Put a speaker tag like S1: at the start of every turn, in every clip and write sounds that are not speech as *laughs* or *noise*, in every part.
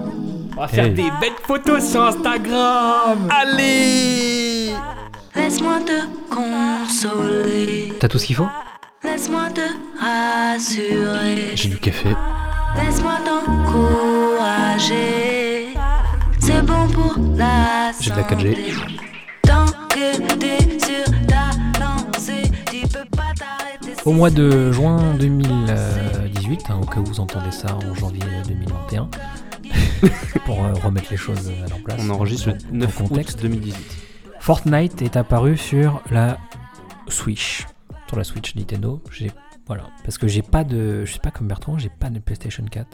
S1: On va faire
S2: Hey.
S1: des belles photos sur Instagram.
S3: Allez
S4: Laisse-moi te consoler.
S2: T'as tout ce qu'il faut
S4: Laisse-moi te rassurer.
S2: J'ai du café.
S4: Laisse-moi t'encourager. C'est bon pour la
S2: J'ai de la 4G.
S4: santé. Tant que t'es sur ta lancée, tu peux pas t'arrêter.
S2: Au mois de juin 2018, hein, au cas où vous entendez ça en janvier 2021, *laughs* pour euh, remettre les choses à leur place. Euh,
S3: On enregistre le
S2: en
S3: 9 août
S2: contexte.
S3: 2018.
S2: Fortnite est apparu sur la Switch, sur la Switch Nintendo. J'ai voilà, parce que j'ai pas de, je sais pas comme Bertrand, j'ai pas de PlayStation 4.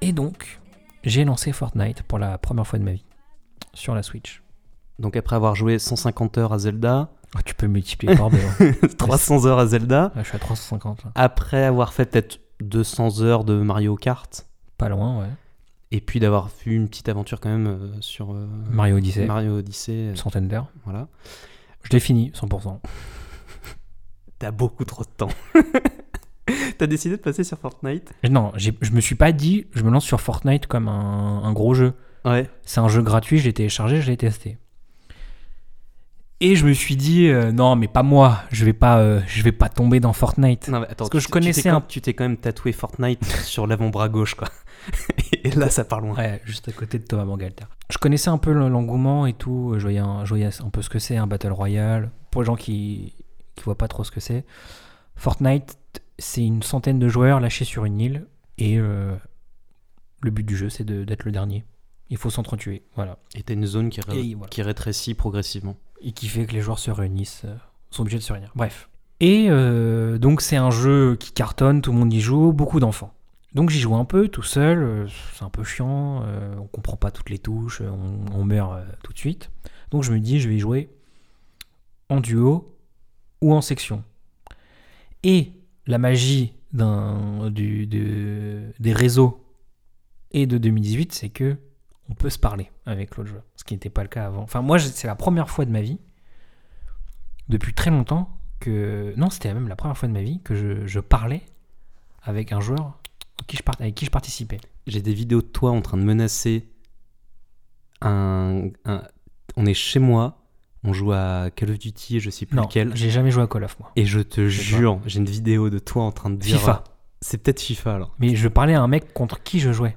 S2: Et donc, j'ai lancé Fortnite pour la première fois de ma vie sur la Switch.
S3: Donc après avoir joué 150 heures à Zelda,
S2: Ah, tu peux *laughs* multiplier par deux. hein.
S3: 300 heures à Zelda,
S2: Ah, je suis à 350 là.
S3: après avoir fait peut-être 200 heures de Mario Kart,
S2: Pas loin, ouais.
S3: et puis d'avoir vu une petite aventure quand même euh, sur euh,
S2: Mario Odyssey,
S3: Mario Odyssey, euh,
S2: centaine d'heures.
S3: voilà.
S2: Je l'ai fini, 100%.
S3: T'as beaucoup trop de *laughs* temps. T'as décidé de passer sur Fortnite
S2: Mais Non, j'ai- je me suis pas dit, je me lance sur Fortnite comme un, un gros jeu.
S3: Ouais.
S2: C'est un jeu gratuit, je l'ai téléchargé, je l'ai testé. Et je me suis dit, euh, non, mais pas moi, je vais pas, euh, je vais pas tomber dans Fortnite.
S3: Non, mais attends,
S2: Parce que
S3: tu-
S2: je
S3: tu
S2: connaissais
S3: t'es quand-
S2: un-
S3: Tu t'es quand même tatoué Fortnite *laughs* sur l'avant-bras gauche, quoi. *laughs* Et là, ça part loin.
S2: Ouais, juste à côté de Thomas Bangalter. Je connaissais un peu l'engouement et tout, euh, je voyais un, je voyais un peu ce que c'est un Battle Royale. Pour les gens qui qui voient pas trop ce que c'est, Fortnite, c'est une centaine de joueurs lâchés sur une île et euh, le but du jeu, c'est de- d'être le dernier. Il faut s'entretuer, voilà.
S3: Et t'as une zone qui, ré-
S2: Et voilà.
S3: qui rétrécit progressivement.
S2: et qui fait que les joueurs se réunissent, euh, sont obligés de se réunir. Bref. Et euh, donc c'est un jeu qui cartonne, tout le monde y joue, beaucoup d'enfants. Donc j'y joue un peu tout seul, euh, c'est un peu chiant, euh, on comprend pas toutes les touches, euh, on, on meurt euh, tout de suite. Donc je me dis je vais jouer en duo ou en section. Et la magie d'un- du- de- des réseaux et de 2018, c'est que on peut se parler avec l'autre joueur, ce qui n'était pas le cas avant. Enfin, moi, je- c'est la première fois de ma vie, depuis très longtemps, que. Non, c'était même la première fois de ma vie que je, je parlais avec un joueur à qui je part- avec qui je participais.
S3: J'ai des vidéos de toi en train de menacer un, un- On est chez moi, on joue à Call of Duty, je sais plus
S2: Non,
S3: lequel.
S2: j'ai jamais joué à Call of, moi.
S3: Et je te
S2: sais pas.
S3: jure, j'ai une vidéo de toi en train de dire.
S2: FIFA.
S3: C'est peut-être FIFA alors.
S2: Mais je parlais à un mec contre qui je jouais.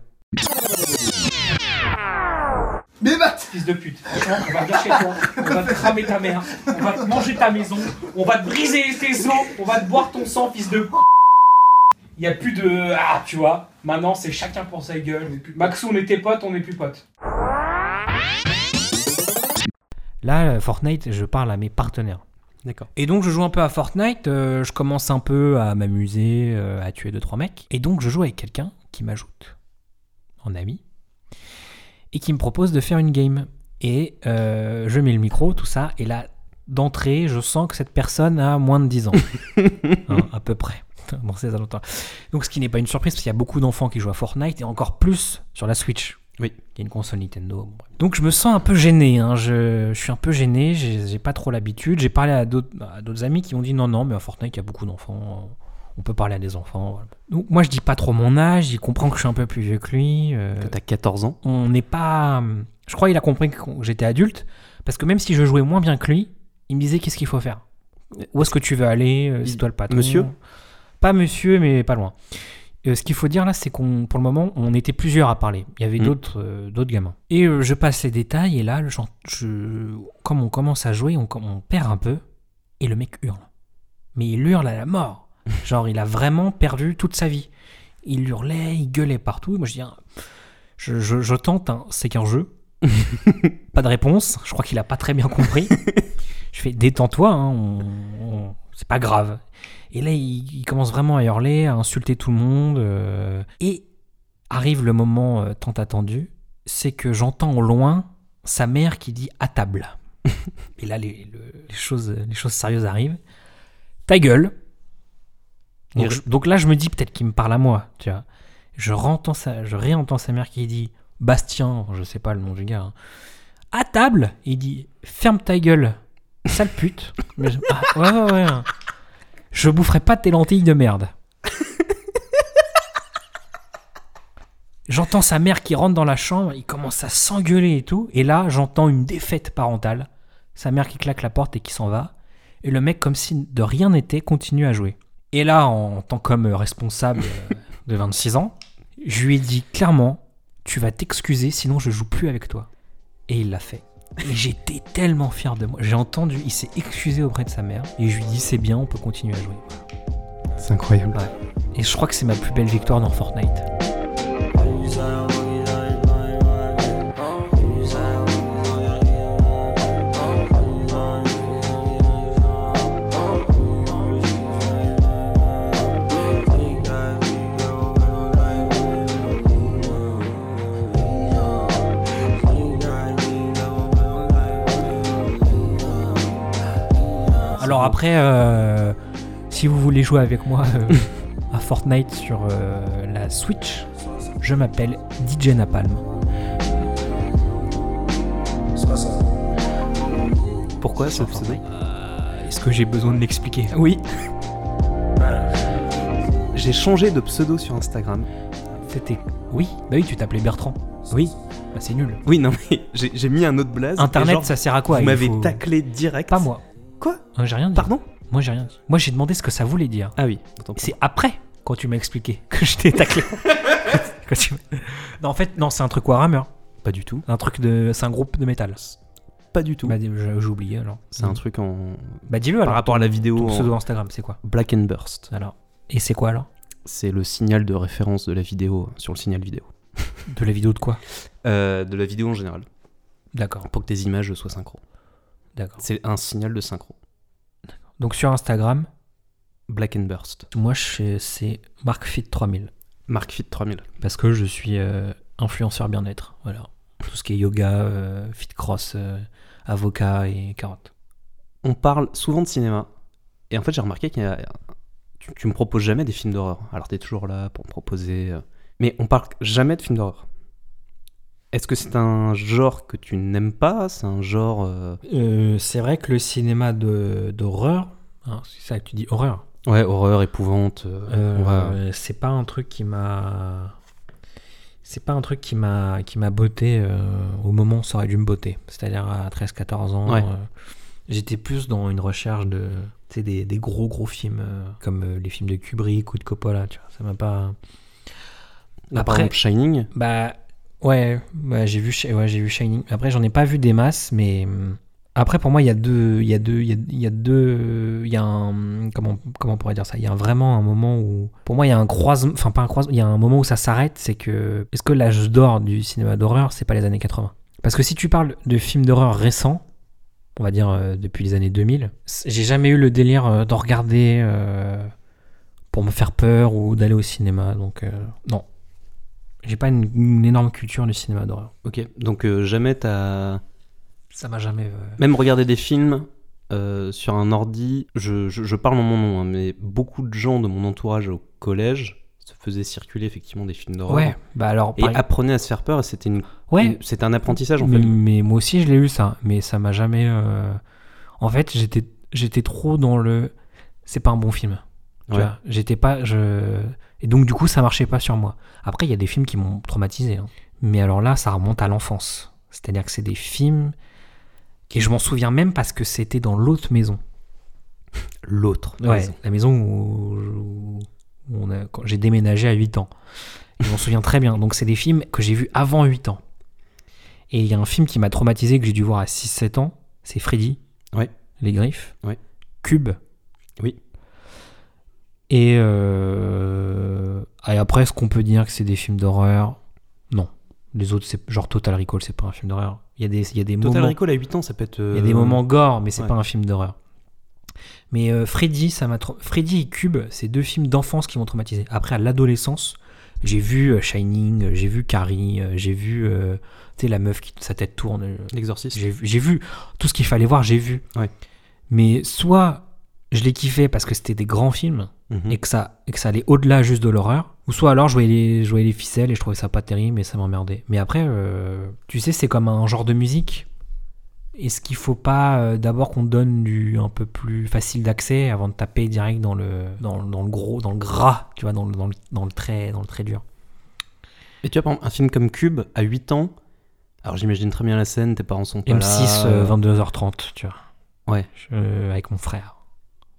S1: Fils de pute. Franchement, on va venir chez toi, on va te cramer ta mère, on va te manger ta maison, on va te briser tes os, on va te boire ton sang, fils de p***. Il y a plus de... Ah, tu vois, maintenant c'est chacun pour sa gueule. Maxou, on était potes, on n'est plus potes.
S2: Là, euh, Fortnite, je parle à mes partenaires.
S3: D'accord.
S2: Et donc je joue un peu à Fortnite, euh, je commence un peu à m'amuser, euh, à tuer 2-3 mecs. Et donc je joue avec quelqu'un qui m'ajoute en ami et qui me propose de faire une game. Et euh, je mets le micro, tout ça, et là, d'entrée, je sens que cette personne a moins de 10 ans. Hein, à peu près, *laughs* dans ces alentours. Donc ce qui n'est pas une surprise, parce qu'il y a beaucoup d'enfants qui jouent à Fortnite, et encore plus sur la Switch.
S3: Oui.
S2: Il y a une console Nintendo. bon, bref. Donc je me sens un peu gêné, hein, je, je suis un peu gêné, j'ai j'ai pas trop l'habitude. J'ai parlé à d'autres à d'autres amis qui m'ont dit non, non, mais à Fortnite, il y a beaucoup d'enfants, euh, on peut parler à des enfants. voilà. Donc moi je dis pas trop mon âge, il comprend que je suis un peu plus vieux que lui. euh,
S3: Que T'as 14 ans.
S2: on n'est pas. Je crois qu'il a compris que j'étais adulte, parce que même si je jouais moins bien que lui, il me disait qu'est-ce qu'il faut faire. Où est-ce que tu veux aller Euh, C'est toi le patron.
S3: Monsieur
S2: Pas monsieur, mais pas loin. Euh, ce qu'il faut dire là, c'est qu'on, pour le moment, on était plusieurs à parler. Il y avait
S3: Mm.
S2: d'autres, euh, d'autres gamins. Et euh, je passe les détails, et là, le gen- je- comme on commence à jouer, on, com- on perd un peu, et le mec hurle. Mais il hurle à
S3: *laughs*
S2: la mort. Genre, il a vraiment perdu toute sa vie. Il hurlait, il gueulait partout. Moi, je dis, ah, je, je- je tente, hein, c'est qu'un jeu. pas de réponse. Je crois qu'il a pas très bien compris. je fais, détends-toi, hein, on- on- c'est pas grave. Et là, il, il commence vraiment à hurler, à insulter tout le monde. euh, et arrive le moment euh, tant attendu, c'est que j'entends au loin sa mère qui dit à table. et là, les, le- les choses, les choses sérieuses arrivent. Ta gueule. Donc,
S3: Il-
S2: je- donc là, je me dis peut-être qu'il me parle à moi, tu vois. Je, rentends sa, je réentends sa mère qui dit Bastien, je sais pas le nom du gars. hein. À table, il dit ferme ta gueule, sale pute. Mais je- ah, ouais, ouais, ouais. Je boufferai pas tes lentilles de merde. J'entends sa mère qui rentre dans la chambre, il commence à s'engueuler et tout. Et là, j'entends une défaite parentale. Sa mère qui claque la porte et qui s'en va. Et le mec, comme si de rien n'était, continue à jouer. Et là, en tant qu'homme responsable euh, de 26 ans, je lui ai dit clairement Tu vas t'excuser, sinon je joue plus avec toi. Et il l'a fait.
S3: *laughs*
S2: Et j'étais tellement fier de moi. J'ai entendu, il s'est excusé auprès de sa mère. Et je lui ai dit C'est bien, on peut continuer à jouer.
S3: C'est incroyable.
S2: Et je crois que c'est ma plus belle victoire dans Fortnite. Alors après, euh, si vous voulez jouer avec moi euh,
S3: *laughs*
S2: à Fortnite sur euh, la Switch, je m'appelle DJ Napalm.
S3: Pourquoi ce pseudo
S2: Euh, Est-ce que j'ai besoin de l'expliquer
S3: Oui. J'ai changé de pseudo sur Instagram.
S2: C'était. Oui, bah oui, tu t'appelais Bertrand. Oui, bah c'est nul.
S3: Oui, non, mais j'ai j'ai mis un autre blaze. et
S2: Internet,
S3: genre,
S2: ça sert à quoi
S3: Vous
S2: Il
S3: m'avez
S2: faut-
S3: taclé direct.
S2: Pas moi.
S3: Quoi
S2: Hein, J'ai rien dit.
S3: Pardon
S2: Moi, j'ai rien dit. Moi, j'ai demandé ce que ça voulait dire.
S3: Ah oui, autant pour
S2: C'est après, quand tu m'as expliqué, *laughs* que je t'ai taclé.
S3: *laughs*
S2: Quand tu m'as- non, en fait, non, c'est un truc Warhammer.
S3: moi. Pas du tout.
S2: Un truc de. C'est un groupe de métal.
S3: Pas du tout.
S2: Bah, j'ai j'ai oublié alors.
S3: C'est un truc en.
S2: Bah, dis-le
S3: Par
S2: alors.
S3: rapport à la
S2: Ton
S3: vidéo en
S2: pseudo Instagram, c'est quoi
S3: Black and Burst.
S2: Alors. Et c'est quoi alors
S3: C'est le signal de référence de la vidéo euh, sur le signal vidéo.
S2: De la vidéo de quoi
S3: Euh, de la vidéo en général.
S2: D'accord,
S3: Pour que tes images soient synchro.
S2: d'accord.
S3: C'est un signal de synchro.
S2: Donc sur Instagram,
S3: Black and Burst.
S2: moi je- c'est MarkFit3000
S3: MarkFit 3000.
S2: parce que je suis euh, influenceur bien-être. Voilà. Tout ce qui est yoga, euh, fit cross, euh, avocat et carotte.
S3: On parle souvent de cinéma. Et en fait, j'ai remarqué qu'il y a. Tu, tu me proposes jamais des films d'horreur. Alors, t'es toujours là pour me proposer. euh, Mais on parle jamais de films d'horreur. Est-ce que c'est un genre que tu n'aimes pas C'est un genre. euh,
S2: c'est vrai que le cinéma d'horreur, hein, c'est ça que tu dis horreur,
S3: Ouais, horreur, épouvante. euh, ouais.
S2: c'est pas un truc qui m'a. C'est pas un truc qui m'a qui m'a botté euh, au moment où ça aurait dû me botter. C'est-à-dire à 13-14 ans. euh,
S3: Ouais.
S2: J'étais plus dans une recherche de tu sais, des, des gros gros films euh, comme euh, les films de Kubrick ou de Coppola, tu vois, ça m'a pas
S3: Là, par
S2: Après-
S3: exemple, Shining.
S2: bah ouais, bah, j'ai vu Shi- ouais, j'ai vu Shining. Après j'en ai pas vu des masses mais hum, après pour moi il y a deux il y a deux il y a, il y a deux il y a un comment comment on pourrait dire ça, il y a un- vraiment un moment où pour moi il y a un croisement enfin pas un croisement, il y a un moment où ça s'arrête, c'est que est-ce que l'âge d'or du cinéma d'horreur, c'est pas les années 80 Parce que si tu parles de films d'horreur récents on va dire euh, depuis les années 2000, c- j'ai jamais eu le délire euh, d'en regarder euh, pour me faire peur ou d'aller au cinéma. Donc euh, non, j'ai pas une, une énorme culture du cinéma d'horreur.
S3: Ok. Donc, euh, jamais t'as.
S2: Ça m'a jamais. euh,
S3: Même regarder des films euh, sur un ordi, je, je- je parle en mon nom, hein, mais beaucoup de gens de mon entourage au collège se faisaient circuler effectivement des films d'horreur.
S2: Ouais, bah alors.
S3: Et
S2: par-
S3: apprenaient à se faire peur, et c'était une...
S2: ouais, Mm.
S3: c'était un apprentissage en
S2: mais,
S3: fait.
S2: mais moi aussi je l'ai eu ça, mais ça m'a jamais. euh, En fait, j'étais j'étais trop dans le. C'est pas un bon film. Tu
S3: Ouais.
S2: vois, j'étais pas. Je... Et donc, du coup, ça marchait pas sur moi. Après, il y a des films qui m'ont traumatisé. hein. Mais alors là, ça remonte à l'enfance. C'est-à-dire que c'est des films. Et je m'en souviens même parce que c'était dans l'autre maison.
S3: L'autre.
S2: Ouais, la maison où, où on a- quand j'ai déménagé à 8 ans. Je m'en souviens très bien. Donc, c'est des films que j'ai vus avant 8 ans. Et il y a un film qui m'a traumatisé que j'ai dû voir à 6-7 ans. C'est Freddy.
S3: Ouais.
S2: Les griffes.
S3: Ouais.
S2: Cube.
S3: Oui.
S2: Et, euh, et après, est-ce qu'on peut dire que c'est des films d'horreur Non. Les autres, c'est genre Total Recall, c'est pas un film d'horreur. Il y a des, il y a des
S3: Total
S2: moments,
S3: Recall à 8 ans, ça peut être. euh,
S2: il y a des moments gore, mais c'est
S3: ouais.
S2: pas un film d'horreur. Mais euh, Freddy, ça m'a tra- Freddy et Cube, c'est deux films d'enfance qui m'ont traumatisé. Après, à l'adolescence, j'ai vu euh, Shining, euh, j'ai vu Carrie, euh, j'ai vu, euh, tu sais, la meuf qui sa tête tourne. euh,
S3: L'exorciste.
S2: j'ai vu, j'ai vu tout ce qu'il fallait voir, j'ai vu.
S3: Ouais.
S2: Mais soit je les kiffais parce que c'était des grands films
S3: Mhm.
S2: et que ça, et que ça allait au-delà juste de l'horreur. Ou soit alors je voyais, les, je voyais les ficelles et je trouvais ça pas terrible et ça m'emmerdait. Mais après, euh, tu sais, c'est comme un genre de musique. Est-ce qu'il faut pas euh, d'abord qu'on te donne du un peu plus facile d'accès avant de taper direct dans le, dans, dans le gros, dans le gras, tu vois, dans le, dans le, dans le, trait, dans le trait dur
S3: Et tu vois, par exemple, un film comme Cube, à 8 ans, alors j'imagine très bien la scène, tes parents sont pas
S2: M6,
S3: là,
S2: euh,
S3: euh,
S2: 22h30, tu vois.
S3: Ouais.
S2: Je- avec mon frère.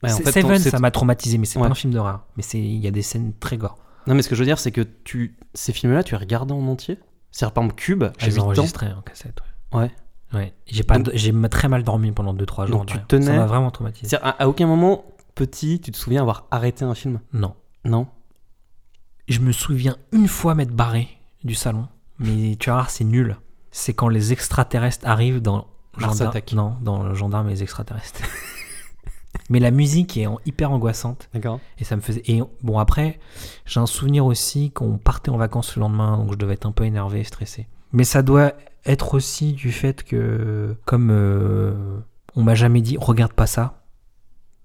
S3: ouais, en
S2: C'est-
S3: fait, ton-
S2: Seven,
S3: c'est-
S2: ça m'a traumatisé, mais c'est
S3: Ouais.
S2: pas un film d'horreur. Mais c'est- il y a des scènes très gore.
S3: Non, mais ce que je veux dire, c'est que tu... ces films-là, tu les regardes en entier. C'est-à-dire, par exemple, Cube, à
S2: Je les
S3: 8
S2: ai
S3: ans,
S2: enregistrés en cassette.
S3: Ouais.
S2: Ouais. J'ai pas,
S3: Donc-
S2: j'ai très mal dormi pendant 2-3 jours.
S3: Donc tu
S2: ouais.
S3: tenais-
S2: Ça m'a vraiment traumatisé.
S3: C'est-à-dire, à, à aucun moment, petit, tu te souviens avoir arrêté un film
S2: Non.
S3: Non
S2: Je me souviens une fois m'être barré du salon, mais tu vas voir, c'est nul. C'est quand les extraterrestres arrivent dans
S3: Mars
S2: Gendarme-
S3: Attack.
S2: Non, dans le gendarme et les extraterrestres. *laughs* mais la musique est en- hyper angoissante
S3: D'accord.
S2: et ça me faisait. Et bon après, j'ai un souvenir aussi qu'on partait en vacances le lendemain, donc je devais être un peu énervé, stressé. Mais ça doit être aussi du fait que comme euh, on m'a jamais dit regarde pas ça.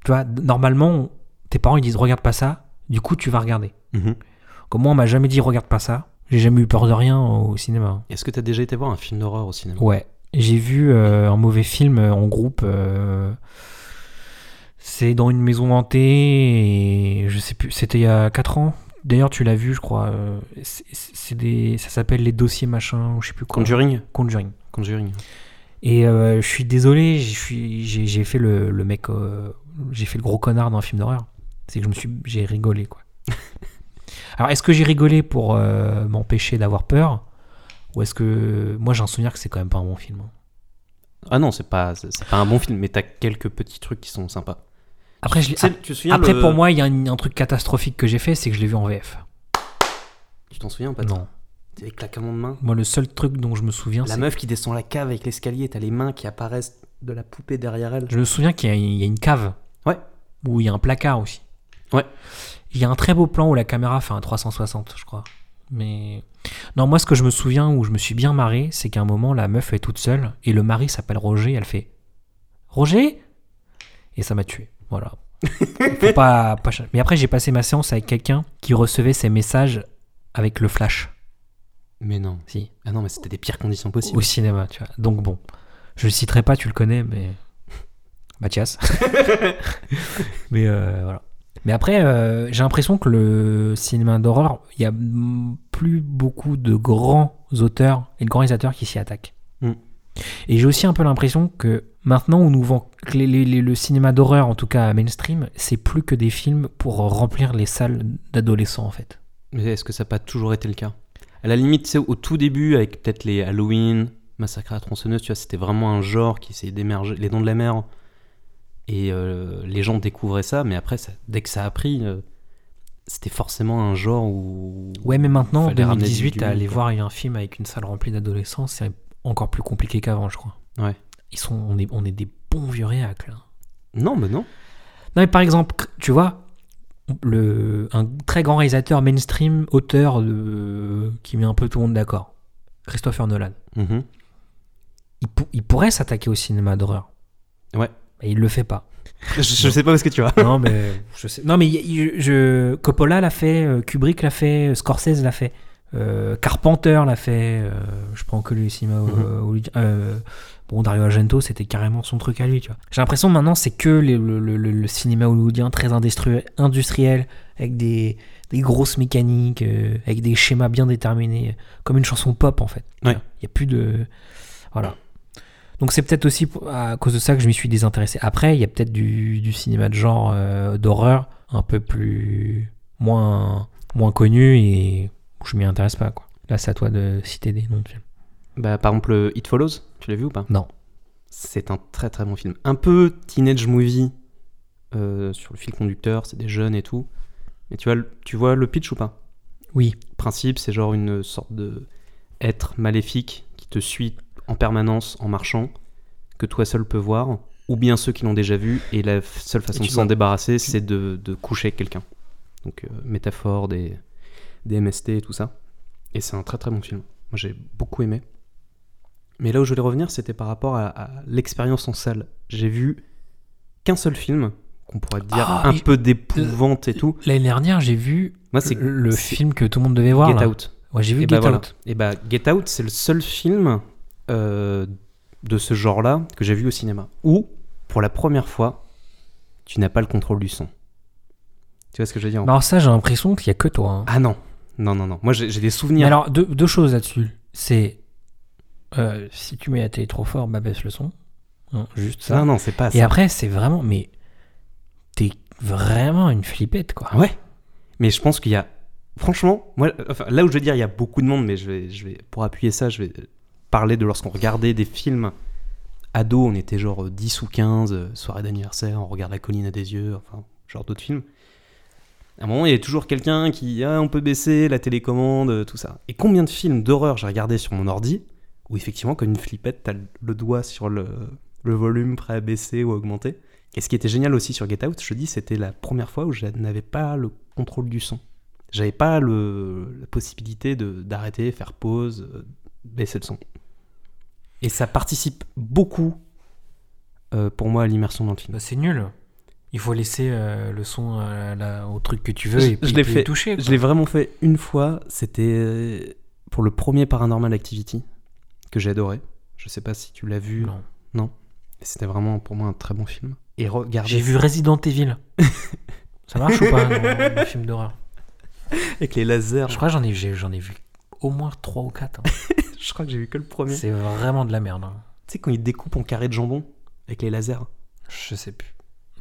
S2: Tu vois, normalement on- tes parents ils disent regarde pas ça, du coup tu vas regarder.
S3: Mhm.
S2: Comme moi, on m'a jamais dit regarde pas ça. J'ai jamais eu peur de rien au cinéma. hein.
S3: Est-ce que t'as déjà été voir un film d'horreur au cinéma
S2: Ouais. J'ai vu euh, un mauvais film euh, en groupe. euh, c'est dans une maison hantée et je sais plus. C'était il y a 4 ans. D'ailleurs, tu l'as vu, je crois. euh, c'est- c'est des, ça s'appelle les dossiers machin ou je sais plus quoi.
S3: Conjuring
S2: Conjuring.
S3: Conjuring.
S2: Et euh, je suis désolé, je suis- j'ai j'ai fait le, le mec, euh, j'ai fait le gros connard dans un film d'horreur. C'est que je me suis, j'ai rigolé quoi. Alors est-ce que j'ai rigolé pour euh, m'empêcher d'avoir peur, ou est-ce que moi j'ai un souvenir que c'est quand même pas un bon film. hein.
S3: Ah non, c'est pas, c'est c'est pas un bon film, mais t'as quelques petits trucs qui sont sympas.
S2: Après, je l'ai-
S3: Tu sais, tu te souviens
S2: après
S3: le-
S2: pour moi il y a un, un truc catastrophique que j'ai fait, c'est que je l'ai vu en VF.
S3: Tu t'en souviens ou pas toi
S2: Non.
S3: Avec claquement de main.
S2: Moi le seul truc dont je me souviens,
S3: La
S2: c'est
S3: meuf qui descend la cave avec l'escalier, t'as les mains qui apparaissent de la poupée derrière elle.
S2: Je me souviens qu'il y, a- il y a une cave.
S3: Ouais.
S2: Où il y a un placard aussi.
S3: Ouais.
S2: Il y a un très beau plan où la caméra fait un 360, je crois. Mais. Non, moi, ce que je me souviens où je me suis bien marré, c'est qu'à un moment, la meuf est toute seule et le mari s'appelle Roger. Elle fait Roger Et ça m'a tué. Voilà.
S3: *laughs*
S2: Faut pas, pas ch- Mais après, j'ai passé ma séance avec quelqu'un qui recevait ses messages avec le flash.
S3: Mais non.
S2: Si.
S3: Ah non, mais c'était des pires conditions possibles.
S2: Au cinéma, tu vois. Donc bon, je le citerai pas, tu le connais, mais Mathias. *laughs* mais euh, voilà. Mais après, euh, j'ai l'impression que le cinéma d'horreur, il y a mm, plus beaucoup de grands auteurs et de grands réalisateurs qui s'y attaquent.
S3: Mm.
S2: Et j'ai aussi un peu l'impression que maintenant, on nous vend que les- les- les- le cinéma d'horreur, en tout cas mainstream, c'est plus que des films pour remplir les salles d'adolescents en fait.
S3: Mais est-ce que ça n'a pas toujours été le cas À la limite, tu sais, au tout début, avec peut-être les Halloween, Massacre à la tronçonneuse, tu vois, c'était vraiment un genre qui essayait d'émerger, les dents de la mer. Et euh, les gens découvraient ça, mais après, ça- dès que ça a pris, euh, c'était forcément un genre où.
S2: Ouais, mais maintenant, en
S3: Fallait ramener du-
S2: 2018,
S3: du
S2: à aller
S3: monde, quoi.
S2: voir un film avec une salle remplie d'adolescents, c'est encore plus compliqué qu'avant, je crois.
S3: Ouais.
S2: Ils sont, on, est, on est des bons vieux réacles. hein.
S3: Non, mais non.
S2: Non, mais par exemple, cr- tu vois, le, un très grand réalisateur mainstream, auteur de- qui met un peu tout le monde d'accord, Christopher Nolan, *laughs*
S3: Mhm.
S2: il, pou- il pourrait s'attaquer au cinéma d'horreur.
S3: Ouais.
S2: Et il le fait pas.
S3: je, je sais pas où est-ce que tu vas.
S2: Non, mais je sais. Non, mais il- il- je- Coppola l'a fait, euh, Kubrick l'a fait, euh, Scorsese l'a fait, euh, Carpenter l'a fait. euh, je prends que le cinéma.
S3: Mhm.
S2: euh, hollywoodien. Euh, bon, Dario Argento, c'était carrément son truc à lui, tu vois. J'ai l'impression maintenant, c'est que les- le, le- le- le cinéma hollywoodien très industrie- industriel, avec des, des grosses mécaniques, euh, avec des schémas bien déterminés, comme une chanson pop en fait. Tu
S3: Ouais.
S2: vois, Il n'y a plus de. Voilà. Donc c'est peut-être aussi pour- à cause de ça que je m'y suis désintéressé. Après, il y a peut-être du, du cinéma de genre euh, d'horreur un peu plus moins moins connu et je m'y intéresse pas quoi. Là, c'est à toi de citer des noms de films.
S3: Bah, par exemple, euh, It Follows, tu l'as vu ou pas
S2: Non.
S3: C'est un très très bon film. Un peu teenage movie euh, sur le fil conducteur, c'est des jeunes et tout. Mais tu vois, le- tu vois le pitch ou pas
S2: Oui.
S3: Le principe, c'est genre une sorte de être maléfique qui te suit en permanence en marchant, que toi seul peux voir, ou bien ceux qui l'ont déjà vu, et la f- seule façon
S2: tu
S3: de s'en
S2: dois-
S3: débarrasser, c'est de, de coucher avec quelqu'un. Donc, euh, métaphore des, des MST et tout ça. Et c'est un très très bon film. Moi j'ai beaucoup aimé. Mais là où je voulais revenir, c'était par rapport à, à l'expérience en salle. J'ai vu qu'un seul film, qu'on pourrait dire
S2: Ah,
S3: un
S2: mais-
S3: peu d'épouvante et tout.
S2: L'année dernière, j'ai vu
S3: Moi c'est
S2: le le
S3: c'est
S2: film que tout le monde devait voir.
S3: Get
S2: là.
S3: Out.
S2: Ouais, j'ai vu
S3: et
S2: Get
S3: bah, voilà.
S2: Out.
S3: Et bah Get Out, c'est le seul film euh, de ce genre-là que j'ai vu au cinéma. Où, pour la première fois, tu n'as pas le contrôle du son. Tu vois ce que je veux dire en-
S2: Bah, Alors ça, j'ai l'impression qu'il y a que toi. hein.
S3: Ah non, Non, non, non. Moi, j'ai j'ai des
S2: Mais
S3: souvenirs.
S2: alors, deux, deux choses là-dessus. C'est. euh, si tu mets la télé trop fort, bah baisse le son. Non, juste ça.
S3: non, non, c'est pas
S2: Et
S3: ça.
S2: après, c'est vraiment. Mais. T'es vraiment une flippette, quoi.
S3: Ouais. Mais je pense qu'il y a. Franchement, moi, enfin, là où je veux dire, il y a beaucoup de monde, mais je vais, je vais, pour appuyer ça, je vais parler de lorsqu'on regardait des films ados, on était genre euh, 10 ou 15, euh, soirée d'anniversaire, on regarde La colline à des yeux, enfin, genre d'autres films. À un moment, il y a toujours quelqu'un qui, ah, on peut baisser la télécommande, euh, tout ça. Et combien de films d'horreur j'ai regardé sur mon ordi, où effectivement, comme une flippette, t'as le doigt sur le, le volume prêt à baisser ou à augmenter. Et ce qui était génial aussi sur Get Out, je te dis, c'était la première fois où je n'avais pas le contrôle du son. J'avais pas le, la possibilité de- d'arrêter, faire pause, euh, baisser le son. Et ça participe beaucoup euh, pour moi à l'immersion dans le film.
S2: Bah, c'est nul. Il faut laisser euh, le son euh, là, au truc que tu veux
S3: Je-
S2: et puis
S3: je l'ai
S2: plus
S3: fait.
S2: le toucher. quoi.
S3: Je l'ai vraiment fait une fois, c'était euh, pour le premier Paranormal Activity, que j'ai adoré. Je sais pas si tu l'as vu.
S2: Non.
S3: mais C'était vraiment pour moi un très bon film. Et regarder
S2: J'ai vu Resident
S3: *laughs*
S2: Evil. ça marche ou pas dans les films d'horreur
S3: avec les lasers.
S2: Je crois que j'en ai, j'ai- j'en ai vu au moins 3 ou 4. hein.
S3: je crois que j'ai vu que le premier.
S2: C'est vraiment de la merde. hein.
S3: Tu sais, quand ils découpent en carré de jambon avec les lasers.
S2: Je sais plus.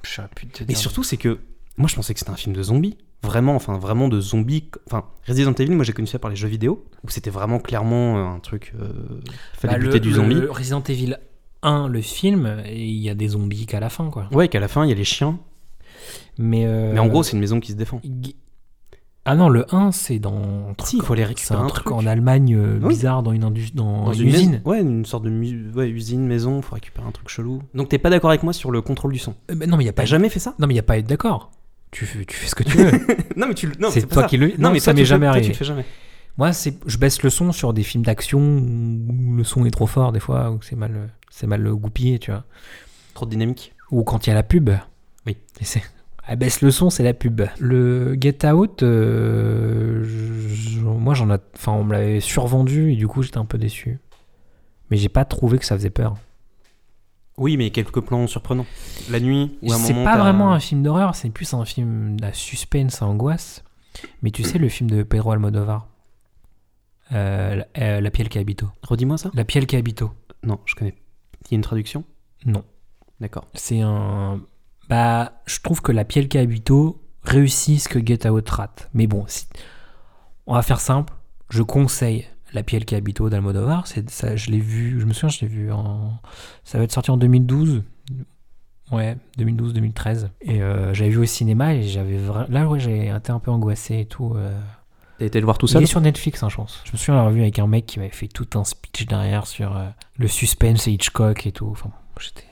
S2: Je saurais plus te
S3: Mais
S2: dire.
S3: surtout, c'est que moi, je pensais que c'était un film de zombies. Vraiment, enfin, vraiment de zombies. Enfin, Resident Evil, moi, j'ai connu ça par les jeux vidéo, où c'était vraiment clairement euh, un truc. euh, fallait
S2: Bah,
S3: buter
S2: le-
S3: du zombie.
S2: le Resident Evil 1, le film, et il y a des zombies qu'à la fin, quoi.
S3: Ouais, qu'à la fin, il y a les chiens.
S2: Mais, euh,
S3: Mais en gros, c'est une maison qui se défend.
S2: Gu- Ah non, le 1, c'est dans. un truc
S3: Si, il faut aller
S2: en- C'est
S3: récupérer
S2: un
S3: un
S2: truc
S3: truc.
S2: en Allemagne euh,
S3: Oui.
S2: bizarre dans une, indus- dans
S3: Dans
S2: une usine.
S3: maison- Ouais, une sorte de mu- ouais, usine, maison, faut récupérer un truc chelou. Donc, t'es pas d'accord avec moi sur le contrôle du son
S2: Euh, bah non, mais il n'y a pas.
S3: T'as jamais fait ça
S2: Non, mais y a pas à être d'accord. Tu, fais- tu fais ce que tu veux.
S3: *laughs* Non, mais tu le. *laughs* non,
S2: c'est
S3: pas
S2: toi
S3: ça.
S2: qui le. Non, mais ça
S3: toi, tu
S2: m'est
S3: le fais-
S2: jamais
S3: toi,
S2: arrivé.
S3: Tu le fais jamais.
S2: Moi, c'est, je baisse le son sur des films d'action où le son est trop fort des fois, où c'est mal, c'est mal goupillé, tu vois.
S3: Trop de dynamique.
S2: Ou quand il y a la pub.
S3: Oui.
S2: Et c'est- Elle baisse le son, c'est la pub. Le Get Out, euh, je- moi j'en a, enfin on me l'avait survendu et du coup j'étais un peu déçu. Mais j'ai pas trouvé que ça faisait peur.
S3: Oui, mais quelques plans surprenants. La nuit, ou à un
S2: C'est
S3: moment.
S2: pas
S3: t'as-
S2: vraiment un film d'horreur, c'est plus un film à suspense, à angoisse. Mais tu sais le film de Pedro Almodovar, Euh, la, euh, La Piel qui habito.
S3: Redis-moi ça
S2: La Piel qui habito.
S3: Non, je connais. Il y a une traduction
S2: Non.
S3: D'accord.
S2: c'est un. Bah, je trouve que la Pielka Habito réussit ce que Get Out rate. Mais bon, si... on va faire simple. Je conseille la Pielka Habito d'Almodovar. C'est ça, je l'ai vu. Je me souviens, je l'ai vu en. Ça va être sorti en 2012. Ouais, 2012-2013. Et euh, j'avais vu au cinéma et j'avais vra- là ouais j'ai été un peu angoissé et tout. euh.
S3: T'as été le voir tout
S2: Il
S3: seul
S2: est sur Netflix, hein, je pense. Je me souviens l'avoir vu avec un mec qui m'avait fait tout un speech derrière sur euh, le suspense et Hitchcock et tout. Enfin, bon, j'étais,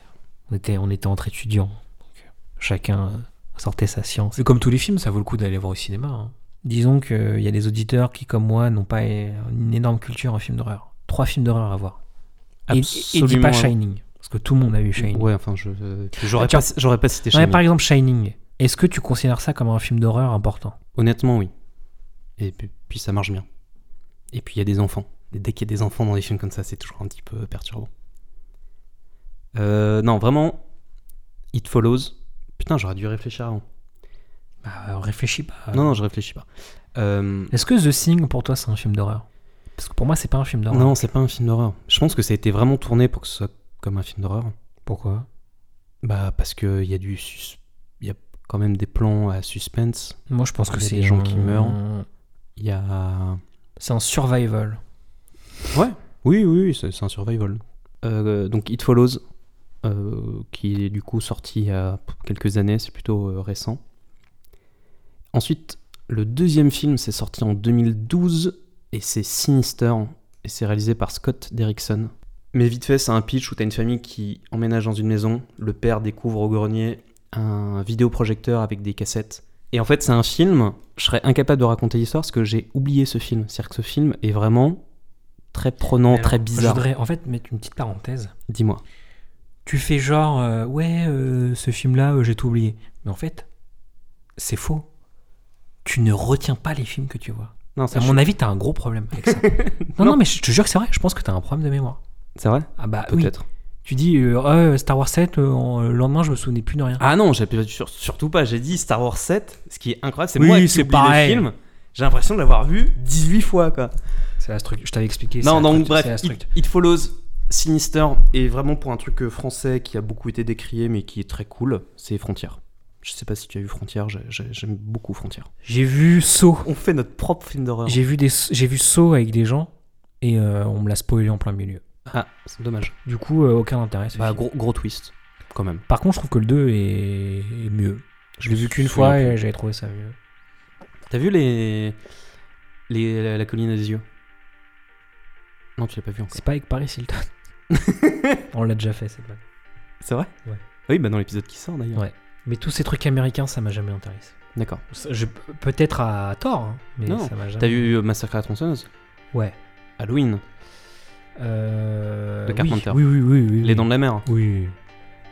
S2: on était, on était entre étudiants, donc euh, chacun euh, sortait sa science. Et comme tous les films, ça vaut le coup d'aller voir au cinéma. hein. Disons qu'il y a des auditeurs qui, comme moi, n'ont pas euh, une énorme culture en films d'horreur. Trois films d'horreur à voir. Et, et dis
S3: Absolument.
S2: pas Shining, parce que tout le monde a vu Shining.
S3: Ouais, enfin, je, euh, j'aurais,
S2: Tiens.
S3: pas, j'aurais pas cité
S2: Non, mais
S3: Shining.
S2: par exemple, Shining. Est-ce que tu considères ça comme un film d'horreur important
S3: Honnêtement, oui. Et puis, puis ça marche bien. Et puis il y a des enfants. Et dès qu'il y a des enfants dans des films comme ça, c'est toujours un petit peu perturbant. Euh, non, vraiment, It Follows. Putain, j'aurais dû réfléchir avant.
S2: Bah, euh, réfléchis pas.
S3: Non, non, je réfléchis pas. Euh,
S2: Est-ce que The Thing pour toi c'est un film d'horreur Parce que pour moi c'est pas un film d'horreur.
S3: non, c'est pas un film d'horreur. Je pense que ça a été vraiment tourné pour que ce soit comme un film d'horreur.
S2: Pourquoi
S3: Bah parce que il y a du sus- il y a quand même des plans à suspense.
S2: Moi je pense que
S3: Il y a
S2: c'est
S3: des gens
S2: un-
S3: qui meurent. Il y a
S2: C'est un survival.
S3: oui oui, oui, c'est c'est un survival. Euh, donc It Follows euh, qui est du coup sorti il y a quelques années, c'est plutôt euh, récent. Ensuite, le deuxième film c'est sorti en 2012 et c'est Sinister et c'est réalisé par Scott Derrickson. Mais vite fait, c'est un pitch où t'as une famille qui emménage dans une maison, le père découvre au grenier un vidéoprojecteur avec des cassettes. Et en fait, c'est un film, je serais incapable de raconter l'histoire parce que j'ai oublié ce film. C'est-à-dire que ce film est vraiment très prenant,
S2: Alors,
S3: très
S2: Je
S3: bizarre.
S2: voudrais en fait mettre une petite parenthèse.
S3: Dis-moi.
S2: Tu fais genre euh, ouais euh, ce film là j'ai tout oublié. Mais en fait c'est faux. Tu ne retiens pas les films que tu vois.
S3: Non, ça,
S2: À
S3: je-
S2: mon avis t'as un gros problème avec *laughs* ça. non, non mais je te jure que c'est vrai. Je pense que t'as un problème de mémoire.
S3: c'est vrai
S2: Ah bah oui.
S3: Peut-être.
S2: Tu dis euh, Ah, euh, Star Wars 7 euh, en- le lendemain je me souvenais plus de rien.
S3: Ah non, j'ai- sur- surtout pas. J'ai dit Star Wars 7, ce qui est incroyable, c'est
S2: Oui,
S3: moi qui
S2: c'est
S3: oublie le
S2: pareil.
S3: film. J'ai l'impression de l'avoir vu 18 fois, quoi.
S2: C'est la structure. Je t'avais expliqué. c'est
S3: Non,
S2: la
S3: donc
S2: structure-
S3: bref,
S2: c'est la
S3: It,
S2: structure.
S3: It Follows, Sinister, et vraiment pour un truc euh, français qui a beaucoup été décrié mais qui est très cool, c'est Frontières. Je sais pas si tu as vu Frontières, j'ai- j'ai- j'aime beaucoup Frontières.
S2: J'ai vu Saut.
S3: On fait notre propre film d'horreur.
S2: J'ai vu des, j'ai vu Saut avec des gens et euh, on me l'a spoilé en plein milieu.
S3: Ah, c'est dommage.
S2: Du coup, euh, aucun intérêt. ce
S3: Bah,
S2: film.
S3: gros, gros twist, quand même.
S2: Par contre, je trouve que le 2 est, est mieux. Je l'ai vu qu'une
S3: Je me
S2: fois
S3: souviens
S2: et j'avais trouvé ça mieux.
S3: T'as vu les... les... La, la colline à des yeux Non, tu l'as pas vu encore.
S2: C'est pas avec Paris
S3: *laughs*
S2: Hilton. on l'a déjà fait, c'est pas.
S3: C'est vrai
S2: Ouais.
S3: Oui, bah dans l'épisode qui sort d'ailleurs.
S2: Ouais. Mais tous ces trucs américains, ça m'a jamais intéressé.
S3: D'accord.
S2: Ça, je- Peut-être à tort, hein, mais
S3: Non,
S2: ça m'a jamais.
S3: T'as vu euh, Massacre à la tronçonneuse
S2: Ouais.
S3: Halloween,
S2: Euh,
S3: De
S2: oui,
S3: Carpenter.
S2: Oui, oui, oui. oui,
S3: Les Dents de la Mer.
S2: oui. Oui.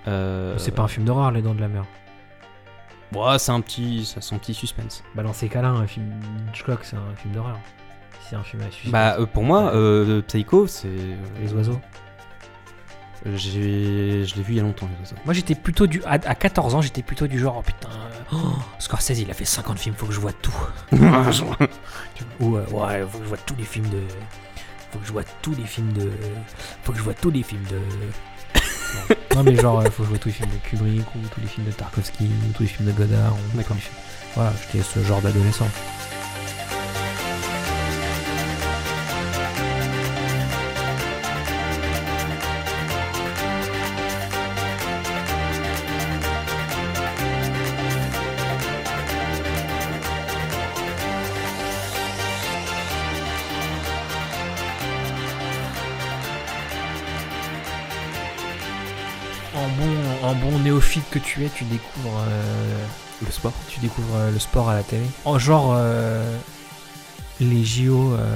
S3: Euh,
S2: C'est pas un film d'horreur, Les Dents de la Mer.
S3: Bah, c'est un petit, c'est son petit suspense.
S2: Bah, dans ces cas-là, un film Hitchcock, c'est un film d'horreur. C'est un film à suivre.
S3: Bah, euh, pour moi, euh, Psycho, c'est. euh,
S2: Les oiseaux.
S3: J'ai- Je l'ai vu il y a longtemps, les oiseaux.
S2: Moi, j'étais plutôt du. À, à 14 ans, j'étais plutôt du genre, oh putain, euh, oh, Scorsese, il a fait 50 films, faut que je vois tout. *laughs* Ou, euh, ouais, faut que je vois tous les films de. Faut que je vois tous les films de. Faut que je vois tous les films de. *coughs* Non, non, mais genre, euh, faut que je vois tous les films de Kubrick, ou tous les films de Tarkovsky, ou tous les films de Godard. ou tous
S3: D'accord.
S2: les films- Voilà, j'étais ce genre d'adolescent. En bon, en bon néophyte que tu es, tu découvres. euh,
S3: Le sport.
S2: tu découvres euh, le sport à la télé. En genre euh, les JO, euh,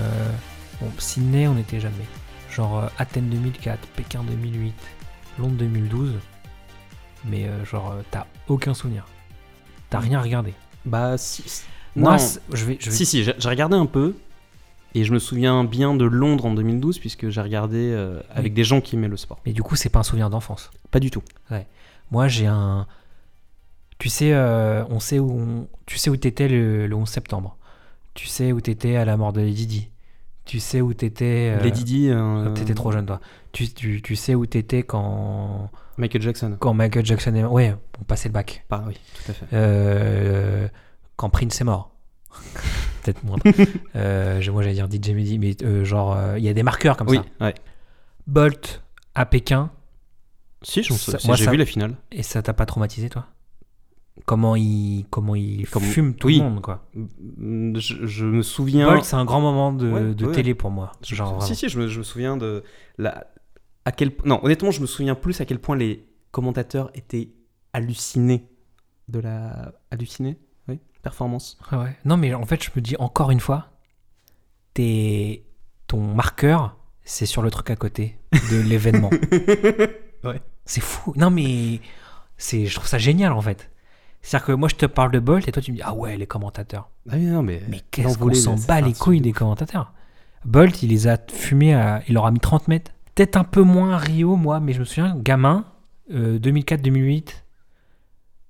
S2: bon, Sydney on n'était jamais. Genre euh, Athènes 2004, Pékin 2008, Londres 2012. Mais euh, genre euh, t'as aucun souvenir. T'as rien regardé.
S3: Bah, si. si-
S2: Moi,
S3: non.
S2: c'est- je vais, je vais-
S3: Si, si, j'ai j'ai regardé un peu. Et je me souviens bien de Londres en 2012, puisque j'ai regardé euh, avec des gens qui aimaient le sport.
S2: Mais du coup c'est pas un souvenir d'enfance.
S3: Pas du tout.
S2: Moi j'ai un, tu sais, euh, on sait où, on- tu sais où t'étais le, le 11 septembre. Tu sais où t'étais à la mort de Lady Di. Tu sais où t'étais. euh,
S3: Les Didi. euh,
S2: T'étais trop jeune, toi. Tu, tu, tu sais où t'étais quand,
S3: Michael Jackson.
S2: quand Michael Jackson est mort. Ouais, on passait le bac.
S3: Bah oui, tout à fait.
S2: Euh, quand Prince est mort. *laughs*
S3: *laughs*
S2: Peut-être moins. Euh, je- moi, j'allais dire DJ Mehdi, mais euh, genre, euh, il y a des marqueurs comme
S3: oui,
S2: ça.
S3: ouais.
S2: Bolt à Pékin,
S3: Si, j'en sais-
S2: Ça-
S3: si,
S2: moi,
S3: j'ai
S2: ça-
S3: vu la finale.
S2: et ça t'a pas traumatisé, toi Comment il, comment il
S3: Comme-
S2: fume tout
S3: oui.
S2: le monde, quoi.
S3: Mm, Je, je me souviens.
S2: Bolt, c'est un grand moment de,
S3: Ouais,
S2: de
S3: ouais.
S2: télé pour moi.
S3: Je-
S2: Genre,
S3: si,
S2: vraiment.
S3: si, je me, je me souviens de la, à quel non honnêtement je me souviens plus à quel point les commentateurs étaient hallucinés de la hallucinés oui performance
S2: Ah ouais. Non, mais en fait, je me dis encore une fois, t'es... ton marqueur, c'est sur le truc à côté de l'événement.
S3: Ouais.
S2: C'est fou. Non, mais c'est... je trouve ça génial en fait. C'est-à-dire que moi, je te parle de Bolt et toi, tu me dis Ah ouais, les commentateurs.
S3: ah oui, non mais
S2: Mais qu'est-ce qu'on
S3: l'envolée,
S2: s'en
S3: c'est
S2: bat
S3: un
S2: les
S3: truc
S2: couilles
S3: de
S2: des
S3: ouf.
S2: commentateurs Bolt, il les a fumés, à... il leur a mis 30 mètres. Peut-être un peu moins Rio, moi, mais je me souviens, gamin, euh, 2004-2008,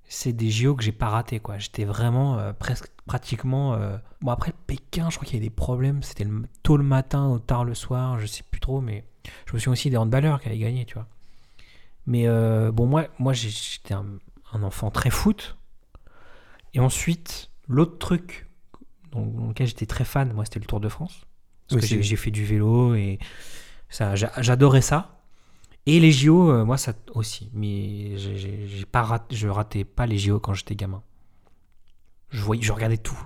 S2: c'est des JO que j'ai pas raté quoi. J'étais vraiment euh, presque pratiquement euh, bon après Pékin, je crois qu'il y avait des problèmes, c'était le tôt le matin ou tard le soir, je sais plus trop mais je me souviens aussi des handballeurs qui avaient gagné, tu vois. Mais euh, bon moi moi j'ai- j'étais un, un enfant très foot. Et ensuite, l'autre truc dans, dans lequel j'étais très fan, moi c'était le Tour de France parce
S3: Oui,
S2: que
S3: c'est-
S2: j'ai- j'ai fait du vélo et ça j'a- j'adorais ça. Et les JO, euh, moi ça aussi, mais j'ai- j'ai j'ai pas rat- je ratais pas les JO quand j'étais gamin. Je voyais, je regardais tout.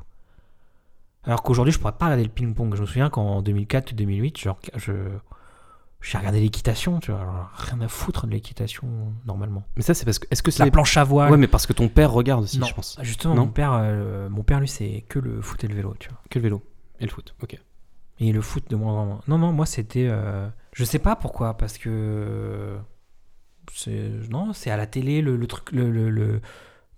S2: Alors qu'aujourd'hui, je pourrais pas regarder le ping-pong. Je me souviens qu'en 2004 ou 2008, je, rega- je j'ai regardé l'équitation, tu vois. Alors, rien à foutre de l'équitation normalement.
S3: mais ça c'est parce que est-ce que c'est
S2: La planche à voile.
S3: ouais mais parce que ton père regarde aussi
S2: non,
S3: je pense
S2: justement,
S3: Non.
S2: mon père, euh, mon père lui c'est que le foot et le vélo, tu vois.
S3: que le vélo et le foot ok
S2: Et le foot de moins en moins. Non, non, moi c'était. euh, Je sais pas pourquoi, parce que. c'est- Non, c'est à la télé, le, le truc. Le, le- le-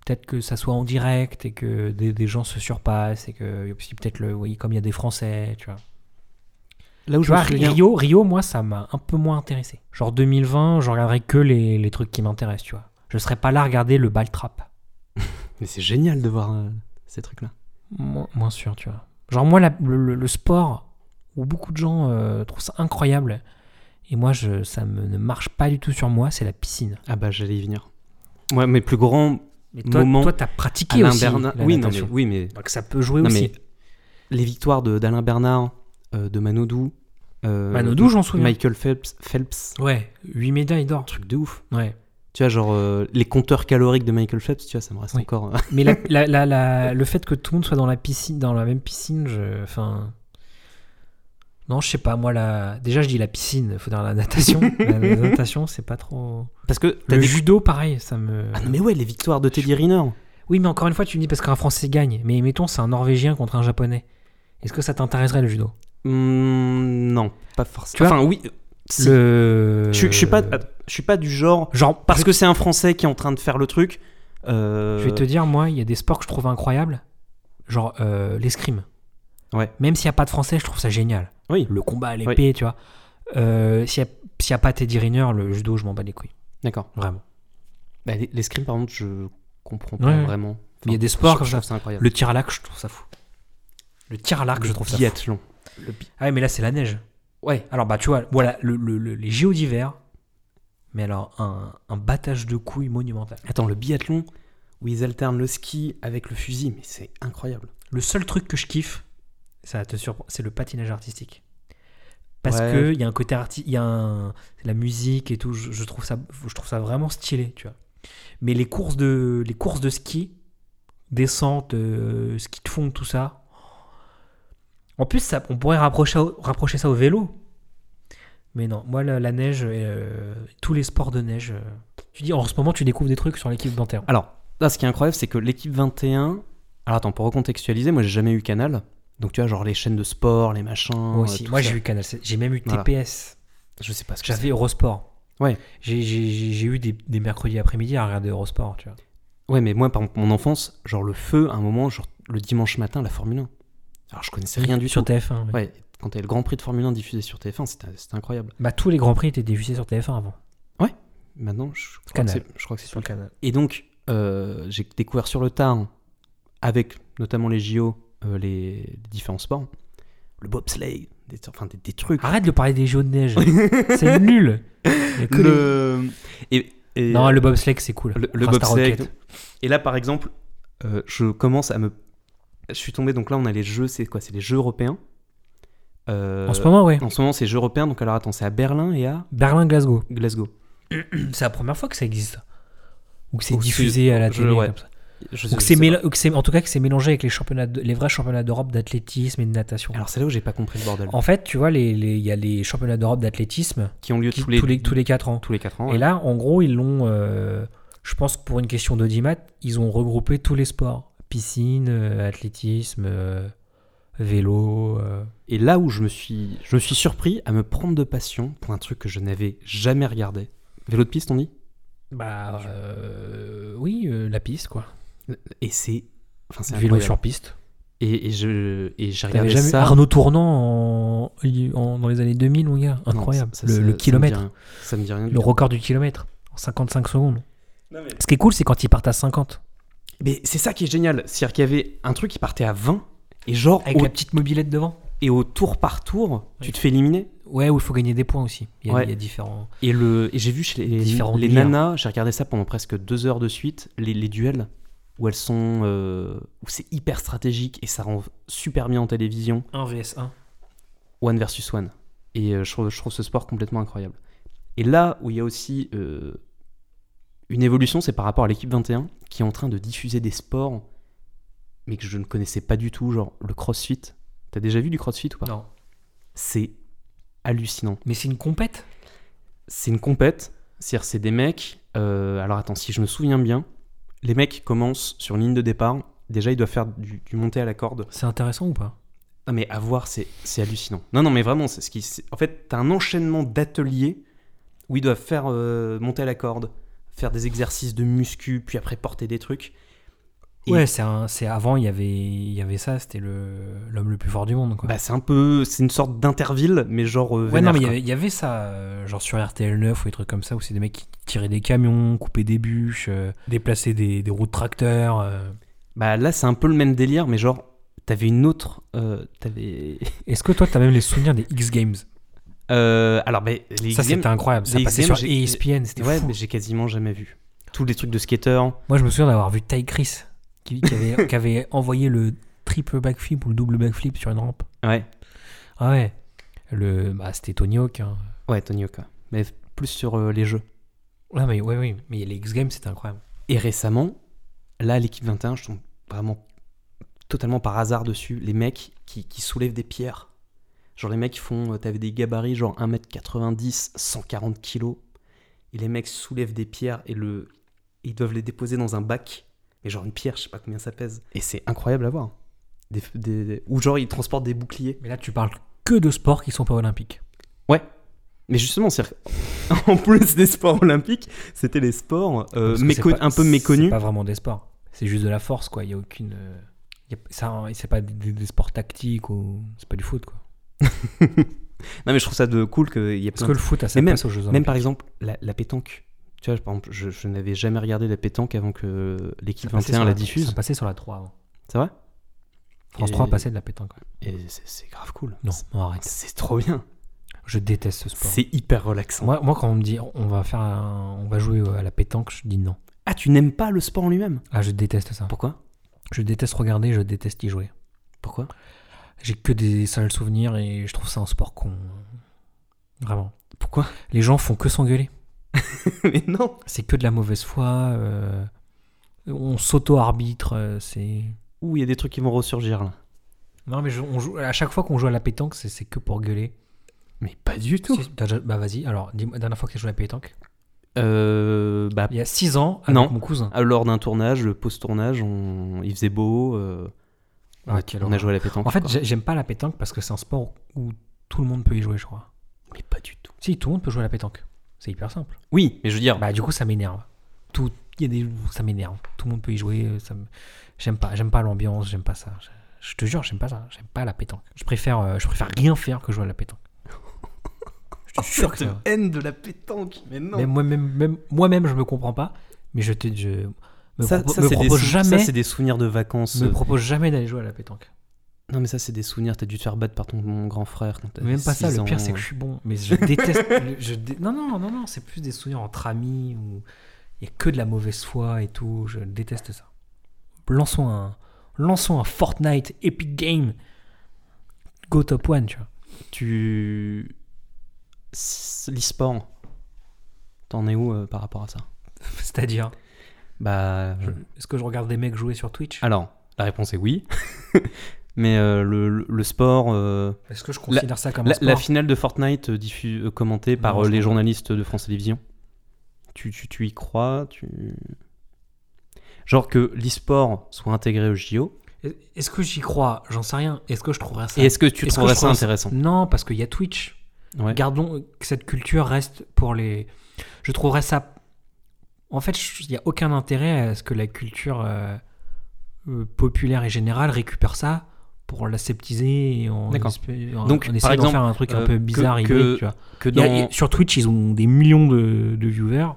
S2: Peut-être que ça soit en direct et que des, des gens se surpassent et que. et puis Peut-être le. Oui, comme il y a des Français, tu vois.
S3: là où
S2: Tu vois, Rio, Rio, moi, ça m'a un peu moins intéressé. Genre 2020, je regarderai que les, les trucs qui m'intéressent, tu vois. Je serais pas là à regarder le ball trap.
S3: mais c'est génial de voir euh, ces trucs là
S2: Moins, moins sûr, tu vois. Genre, moi, la- le, le- le sport, où beaucoup de gens euh, trouvent ça incroyable, et moi, je, ça me- ne marche pas du tout sur moi, c'est la piscine.
S3: Ah bah j'allais y venir. Ouais, mes plus grands
S2: Mais toi,
S3: Moment
S2: toi, t'as pratiqué
S3: Alain
S2: aussi
S3: Bernard.
S2: la
S3: Oui, non, mais,
S2: natation.
S3: oui, mais
S2: Donc ça peut jouer
S3: Non,
S2: aussi.
S3: mais- les victoires de- d'Alain Bernard, euh, de Manodou, euh,
S2: Manodou, j'en souviens.
S3: Michael Phelps, Phelps,
S2: Ouais, 8 médailles d'or.
S3: truc de ouf.
S2: Ouais.
S3: Tu vois, genre euh, les compteurs caloriques de Michael Phelps, tu vois, ça me reste
S2: Oui.
S3: encore. euh,
S2: Mais la- la- la- la- le fait que tout le monde soit dans la piscine, dans la même piscine, je, enfin, non, je sais pas. Moi, la, déjà, je dis la piscine. Faut dire la
S3: *laughs*
S2: natation. la, la natation, c'est pas trop.
S3: *laughs* Parce que t'as
S2: Le
S3: des-
S2: judo, pareil, ça me.
S3: Ah non, mais ouais, les victoires de Teddy Riner.
S2: Oui, mais encore une fois, tu me dis parce qu'un Français gagne. Mais mettons, c'est un Norvégien contre un Japonais. Est-ce que ça t'intéresserait le judo
S3: Hmm, non, pas
S2: Tu
S3: forcément.
S2: vois,
S3: Enfin, oui. euh, si.
S2: Le. euh,
S3: Je, je suis pas, je suis pas du genre.
S2: Genre
S3: Parce que c'est un Français qui est en train de faire le truc. euh,
S2: Je vais te dire, moi, il y a des sports que je trouve incroyables, genre euh, l'escrime.
S3: Ouais.
S2: Même s'il n'y a pas de français, je trouve ça génial.
S3: Oui.
S2: Le combat à l'épée, tu vois. Euh, s'il n'y a, s'il y a pas Teddy Riner, le judo, je m'en bats les couilles.
S3: D'accord.
S2: Vraiment.
S3: Bah, les- l'escrime, par contre, je comprends pas
S2: Ouais, ouais.
S3: vraiment.
S2: Mais il y a
S3: Enfin,
S2: des sports
S3: je-
S2: comme
S3: je
S2: ça.
S3: trouve C'est incroyable.
S2: Le tir à l'arc, je trouve ça fou. Le tir à l'arc, je trouve ça fou.
S3: biathlon.
S2: Ah ouais, mais là, c'est la neige.
S3: Ouais.
S2: Alors, bah, tu vois, voilà, le- le- le- les JO d'hiver. Mais alors, un, un battage de couilles monumental.
S3: Attends, le biathlon où ils alternent le ski avec le fusil, mais c'est incroyable.
S2: Le seul truc que je kiffe, ça va te surprendre, c'est le patinage artistique. Parce
S3: Ouais.
S2: que il y a un côté artistique, il y a un- la musique et tout, je, je trouve ça, je trouve ça vraiment stylé, tu vois. Mais les courses de, les courses de ski, descente, euh, ski de fond, tout ça. En plus, ça, on pourrait rapprocher, au- rapprocher ça au vélo. Mais non, moi, la, la neige, euh, tous les sports de neige. euh, tu dis, en ce moment, tu découvres des trucs sur l'équipe dentaire.
S3: Alors, là, ce qui est incroyable, c'est que l'équipe 21. Alors, attends, pour recontextualiser, moi, j'ai jamais eu Canal. Donc, tu vois, genre les chaînes de sport, les machins.
S2: Moi aussi,
S3: euh, tout
S2: moi
S3: ça.
S2: j'ai eu Canal, C, j'ai même eu
S3: Voilà.
S2: TPS.
S3: Je sais pas ce que
S2: J'avais Eurosport.
S3: Ouais.
S2: J'ai- J'ai j'ai- j'ai eu des, des mercredis après-midi à regarder Eurosport, tu vois.
S3: Ouais, mais moi, par exemple, mon enfance, genre le feu, à un moment, genre le dimanche matin, la Formule 1. Alors, je connaissais rien du
S2: Sur
S3: tout.
S2: TF1. oui.
S3: Ouais, quand t'avais le Grand Prix de Formule 1 diffusé sur TF1, c'était c'était incroyable.
S2: Bah, tous les grands prix étaient diffusés sur TF1 avant.
S3: Maintenant, je crois
S2: Canal.
S3: que c'est- je crois que c'est sur le
S2: canal.
S3: Et donc, euh, j'ai découvert sur le tard, avec notamment les JO, euh, les différents sports, le bobsleigh, des, enfin, des, des trucs.
S2: Arrête de parler des jeux de
S3: *laughs*
S2: neige. c'est nul. Il y a que
S3: le... Et, et-
S2: les- Non, le bobsleigh, c'est cool.
S3: le- le
S2: Enfin, Star
S3: bobsleigh.
S2: Rocket.
S3: Et là, par exemple, euh, je commence à me... Je suis tombé, donc là, on a les jeux, c'est quoi C'est les jeux européens. Euh,
S2: En ce moment, ouais.
S3: En ce moment, c'est jeux européens, donc alors attends, c'est à Berlin et à
S2: Berlin-Glasgow.
S3: Glasgow.
S2: C'est la première fois que ça existe. Ou que c'est
S3: Ou que
S2: diffusé à la
S3: je-
S2: télé.
S3: ouais.
S2: comme ça.
S3: Je-
S2: Ou
S3: je
S2: que
S3: sais
S2: c'est
S3: pas.
S2: méla- ou que c'est- en tout cas, que c'est mélangé avec les, championnats de- les vrais championnats d'Europe d'athlétisme et de natation.
S3: Alors, c'est là où j'ai pas compris le bordel.
S2: en fait, tu vois, les- les- il y a les championnats d'Europe d'athlétisme
S3: Qui ont lieu
S2: qui-
S3: tous, les,
S2: tous, les, tous les 4 ans.
S3: 4 ans.
S2: Et
S3: ouais.
S2: là, en gros, ils l'ont. euh, je pense que pour une question d'audimat, ils ont regroupé tous les sports piscine, euh, athlétisme, euh, vélo. euh.
S3: Et là où je me suis, je me suis surpris à me prendre de passion pour un truc que je n'avais jamais regardé. Vélo de piste, on dit
S2: bah euh, oui, euh, la piste quoi.
S3: Et c'est, enfin c'est
S2: Vélo
S3: incroyable.
S2: sur piste.
S3: Et, et je, et j'ai
S2: T'avais
S3: regardé
S2: jamais
S3: ça.
S2: Arnaud Tournant en, en- dans les années 2000, mon gars,
S3: Non,
S2: incroyable.
S3: ça- ça-
S2: le,
S3: ça-
S2: le
S3: ça me dit
S2: kilomètre,
S3: rien. Ça me dit rien. du
S2: le
S3: tout.
S2: record du kilomètre en 55 secondes. Ce qui est cool, c'est quand ils partent à 50
S3: Mais c'est ça qui est génial, c'est-à-dire qu'il y avait un truc qui partait à 20 et genre
S2: avec
S3: au-
S2: la petite mobilette devant.
S3: et au tour par tour, tu te fais éliminer.
S2: Ouais, où il faut gagner des points aussi. Il y a,
S3: Ouais.
S2: il y a différents.
S3: Et le, et j'ai vu chez les,
S2: Différents
S3: les
S2: délires.
S3: nanas, j'ai regardé ça pendant presque deux heures de suite, les, les duels où elles sont, euh, où c'est hyper stratégique et ça rend super bien en télévision.
S2: 1 vs 1.
S3: One versus One. Et euh, je, trouve, je trouve ce sport complètement incroyable. Et là où il y a aussi euh, une évolution, c'est par rapport à l'équipe 21 qui est en train de diffuser des sports, mais que je ne connaissais pas du tout, genre le crossfit. T'as déjà vu du crossfit ou pas
S2: Non.
S3: C'est hallucinant.
S2: Mais c'est une compète.
S3: C'est une compète, c'est-à-dire c'est des mecs. euh, alors attends, si je me souviens bien, les mecs commencent sur une ligne de départ. Déjà, ils doivent faire du, du monté à la corde.
S2: C'est intéressant ou pas
S3: Non mais à voir, c'est c'est hallucinant. Non, non, mais vraiment, c'est ce qui... c'est- En fait, t'as un enchaînement d'ateliers où ils doivent faire euh, monter à la corde, faire des exercices de muscu, puis après porter des trucs. Et-
S2: Ouais, c'est un- c'est avant il y avait il y avait ça, c'était le l'homme le plus fort du monde quoi.
S3: Bah c'est un peu... C'est une sorte d'interville, mais genre... euh,
S2: ouais,
S3: vénère,
S2: non mais il y
S3: quoi.
S2: avait- il y avait ça euh, genre sur RTL9 ou des trucs comme ça où c'est des mecs qui tiraient des camions, coupaient des bûches, euh, déplaçaient des, des roues de tracteurs. euh.
S3: Bah là, c'est un peu le même délire, mais genre, T'avais une autre. euh, t'avais. *laughs*
S2: Est-ce que toi, t'as même les souvenirs des X Games
S3: Euh, alors, mais les
S2: Ça,
S3: X-Games-
S2: c'était incroyable. Ça
S3: les
S2: passait
S3: X-Games,
S2: sur E
S3: j'ai-
S2: ESPN, c'était
S3: Ouais,
S2: fou.
S3: mais j'ai quasiment jamais vu. Tous les trucs de skater.
S2: Moi, je me souviens d'avoir vu Ty Chris qui, qui
S3: *laughs*
S2: avait, qui avait envoyé le triple backflip ou le double backflip sur une rampe.
S3: Ouais,
S2: Ah ouais. Le, bah, c'était Tony Hawk. hein.
S3: ouais, Tony Hawk. ouais. Mais plus sur euh, les jeux.
S2: Ouais, mais, ouais, ouais, mais les X Games, c'était incroyable.
S3: Et récemment, là, l'équipe 21, je tombe vraiment totalement par hasard dessus. Les mecs qui, qui soulèvent des pierres. Genre, les mecs qui font. euh, T'avais des gabarits, genre 1m90, 140 kilos. Et les mecs soulèvent des pierres et le, ils doivent les déposer dans un bac. Mais genre, une pierre, je sais pas combien ça pèse. Et c'est incroyable à voir. Des, des- des- Ou genre, ils transportent des boucliers.
S2: Mais là, tu parles que de sports qui sont pas olympiques.
S3: Ouais. Mais justement, c'est *laughs* en plus des sports olympiques, c'était les sports euh,
S2: Parce que c'est
S3: mécon-
S2: pas-
S3: un peu
S2: C'est
S3: méconnus.
S2: pas vraiment des sports. C'est juste de la force, quoi. Il y a aucune. euh, y a- ça, c'est pas des, des- des sports tactiques ou. C'est pas du foot, quoi.
S3: *laughs* Non, mais je trouve ça de cool qu'il y ait
S2: Parce
S3: plein
S2: que
S3: de
S2: le foot a sa
S3: même-
S2: place aux Jeux Olympiques.
S3: Même par exemple, la, la pétanque. Tu vois, par exemple, je, je n'avais jamais regardé la pétanque avant que l'équipe
S2: Ça passait
S3: 21
S2: sur
S3: la
S2: Ah, Ça
S3: diffuse.
S2: passait sur la 3. avant.
S3: Ça va
S2: France
S3: Et-
S2: 3 passait de la pétanque. ouais.
S3: Et c'est- c'est grave cool.
S2: Non,
S3: C'est-
S2: on arrête.
S3: C'est trop bien.
S2: Je déteste ce sport.
S3: C'est hyper relaxant.
S2: Moi, moi, quand on me dit on va faire, un- on va jouer à la pétanque, je dis non.
S3: Ah, tu n'aimes pas le sport en
S2: *laughs*
S3: lui-même
S2: Ah, je déteste ça.
S3: Pourquoi
S2: Je déteste regarder, je déteste y jouer.
S3: Pourquoi
S2: J'ai que des sales souvenirs et je trouve ça un sport con. Vraiment.
S3: Pourquoi
S2: Les gens font que s'engueuler.
S3: Mais non
S2: C'est que de la mauvaise foi. euh, on s'auto-arbitre. euh, c'est.
S3: Ouh, il y a des trucs qui vont ressurgir là.
S2: Non, mais je- on joue, à chaque fois qu'on joue à la pétanque, c'est- c'est que pour gueuler.
S3: Mais pas du tout.
S2: Si- t'as déjà- bah vas-y, alors, dis-moi, dernière fois que j'ai joué à la pétanque
S3: Euh, bah,
S2: Il y a 6 ans, avec
S3: Non.
S2: mon cousin.
S3: lors d'un tournage, le post-tournage, on... il faisait beau. euh, on a-
S2: Ah, quelle
S3: on a
S2: horreur.
S3: joué à la pétanque.
S2: En fait,
S3: quoi.
S2: j'ai- j'aime pas la pétanque parce que c'est un sport où tout le monde peut y jouer, je crois.
S3: mais pas du tout.
S2: Si, tout le monde peut jouer à la pétanque. C'est hyper simple.
S3: Oui, mais je veux dire,
S2: Bah, du coup, ça m'énerve. Tout, il y a des, ça m'énerve. Tout le monde peut y jouer. euh, Ça me- j'aime pas, j'aime pas l'ambiance, j'aime pas ça. Je, je te jure, j'aime pas ça. J'aime pas la pétanque. Je préfère, euh, je préfère rien faire que jouer à la pétanque. Je te jure que c'est vrai.
S3: haine de la pétanque. Mais non.
S2: Même moi-même, même, moi-même, je me comprends pas. Mais je te, je me,
S3: ça,
S2: propo-
S3: ça,
S2: me
S3: c'est des
S2: propose
S3: sou- ça,
S2: jamais,
S3: c'est des souvenirs de vacances. euh,
S2: me propose jamais d'aller jouer à la pétanque.
S3: Non, mais ça, c'est des souvenirs. T'as dû te faire battre par ton mon grand frère quand t'avais
S2: Même pas ça,
S3: six
S2: le pire
S3: ans.
S2: c'est que je suis bon. Mais je déteste. *laughs* le- je dé- Non, non, non, non, c'est plus des souvenirs entre amis où il n'y a que de la mauvaise foi et tout. Je déteste ça. Lançons un, lançons un Fortnite Epic Game. Go top one, tu vois. *laughs*
S3: Tu. S- L'e-sport, t'en es où euh, par rapport à ça
S2: C'est-à-dire,
S3: Bah. je-
S2: est-ce que je regarde des mecs jouer sur Twitch
S3: Alors, la réponse est oui. *laughs* mais euh, le, le- le sport. euh,
S2: Est-ce que je considère ça comme un
S3: la,
S2: sport
S3: la finale de Fortnite euh, diffu- euh, commentée par
S2: Non,
S3: euh,
S2: je
S3: les
S2: comprends.
S3: journalistes de France Télévisions. Tu, tu, tu y crois tu... Genre que l'e-sport soit intégré au JO.
S2: Est-ce que j'y crois J'en sais rien. Est-ce que je trouverais ça
S3: Et est-ce que tu
S2: Est-ce que
S3: trouverais
S2: je
S3: ça
S2: trouve ça-
S3: intéressant
S2: Non, parce qu'il y a Twitch.
S3: Ouais.
S2: Gardons que cette culture reste pour les. Je trouverais ça. En fait, je- il n'y a aucun intérêt à ce que la culture euh, euh, populaire et générale récupère ça pour l'aseptiser et en,
S3: D'accord.
S2: espé- en-
S3: Donc,
S2: en
S3: par
S2: essayant d'en
S3: exemple,
S2: faire un truc
S3: euh,
S2: un peu
S3: que-
S2: bizarre,
S3: que-
S2: hybride, tu vois.
S3: Que
S2: Il y a-
S3: dans-
S2: il y a- sur Twitch, ils ont des millions de, de viewers.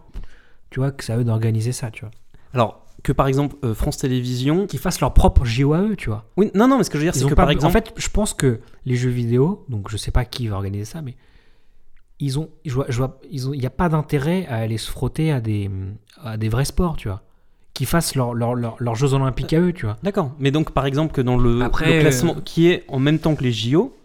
S2: Tu vois, que c'est à eux d'organiser ça, tu vois.
S3: Alors, que par exemple, euh, France Télévisions.
S2: Qu'ils fassent leur propre JO à eux, E, tu vois.
S3: Oui, non, non, mais ce que je veux dire,
S2: Ils
S3: c'est
S2: ont
S3: que
S2: pas
S3: par
S2: be-
S3: exemple.
S2: En fait, je pense que les jeux vidéo, donc je sais pas qui va organiser ça, mais ils ont, je vois, je vois- ils ont, il n'y a pas d'intérêt à aller se frotter à des, à des vrais sports, tu vois. Qu'ils fassent leurs leurs- leurs- leurs Jeux Olympiques à eux, tu vois.
S3: D'accord. Mais donc, par exemple, que dans le,
S2: Après,
S3: le classement
S2: euh,
S3: qui est en même temps que les JO,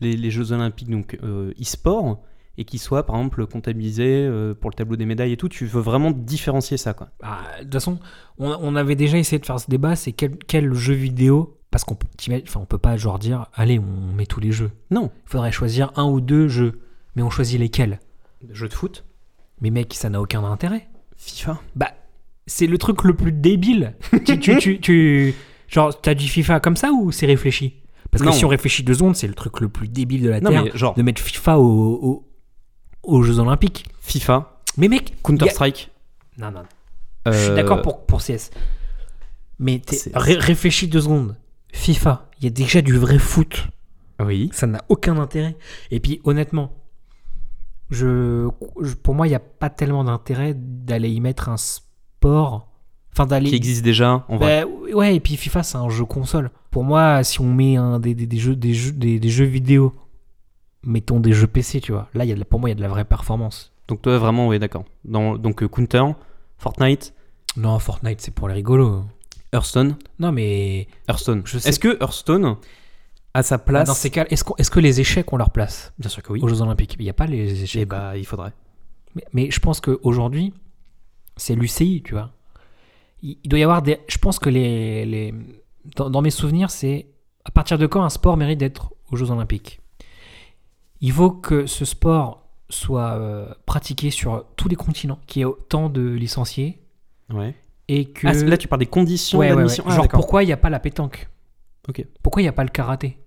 S3: les, les Jeux Olympiques, donc euh, e-sport, et qui soit par exemple comptabilisé euh, pour le tableau des médailles et tout, tu veux vraiment différencier ça, quoi.
S2: Ah, de toute façon, on, on avait déjà essayé de faire ce débat, c'est quel, quel jeu vidéo, parce qu'on t'imagines- enfin, on peut pas genre dire, allez, on met tous les jeux.
S3: Non.
S2: Il faudrait choisir un ou deux jeux, mais on choisit lesquels.
S3: Jeux de foot,
S2: Mais mec, ça n'a aucun intérêt.
S3: FIFA.
S2: Bah, c'est le truc le
S3: *laughs*
S2: plus débile. tu, tu, tu, tu- genre, t'as dit FIFA comme ça ou c'est réfléchi Parce que
S3: Non.
S2: si on réfléchit deux secondes, c'est le truc le plus débile de la
S3: Non,
S2: Terre
S3: mais genre,
S2: de mettre FIFA au- au- aux Jeux Olympiques.
S3: FIFA,
S2: Mais mec, y a-
S3: Counter-Strike.
S2: Non, non, je suis
S3: euh,
S2: d'accord pour, pour CS. Mais t'es-
S3: c'est-
S2: ré- réfléchis deux secondes. FIFA, il y a déjà du vrai foot.
S3: Oui.
S2: Ça n'a aucun intérêt. Et puis, honnêtement, je, je- pour moi, il n'y a pas tellement d'intérêt d'aller y mettre un sport. Enfin, d'aller.
S3: qui existe déjà en vrai.
S2: Bah, ouais, et puis FIFA, c'est un jeu console. Pour moi, si on met un, des, des- des jeux, des, jeux, des, des jeux vidéo, mettons des jeux PC, tu vois. Là, il y a de la- pour moi, il y a de la vraie performance.
S3: Donc toi vraiment oui d'accord. Dans- Donc euh, Counter, Fortnite,
S2: Non, Fortnite, c'est pour les rigolos.
S3: Hearthstone.
S2: Non, mais
S3: Hearthstone.
S2: Je sais-
S3: Est-ce que Hearthstone a sa place
S2: dans ces cas, est-ce qu'on- est-ce que les échecs ont leur place
S3: Bien sûr que oui.
S2: aux Jeux Olympiques Il n'y a pas les échecs.
S3: Eh bah il faudrait.
S2: Mais, mais je pense qu'aujourd'hui, c'est l'UCI, tu vois. Il, il doit y avoir des. Je pense que les. les- dans, dans mes souvenirs, c'est à partir de quand un sport mérite d'être aux Jeux Olympiques Il faut que ce sport soit euh, pratiqué sur tous les continents, qu'il y ait autant de licenciés
S3: Ouais.
S2: et que.
S3: Ah, c'est- là tu parles des conditions
S2: Ouais, ouais,
S3: d'admission.
S2: ouais.
S3: Ah,
S2: Genre,
S3: d'accord.
S2: pourquoi il n'y a pas la pétanque
S3: Ok.
S2: Pourquoi il n'y a pas le karaté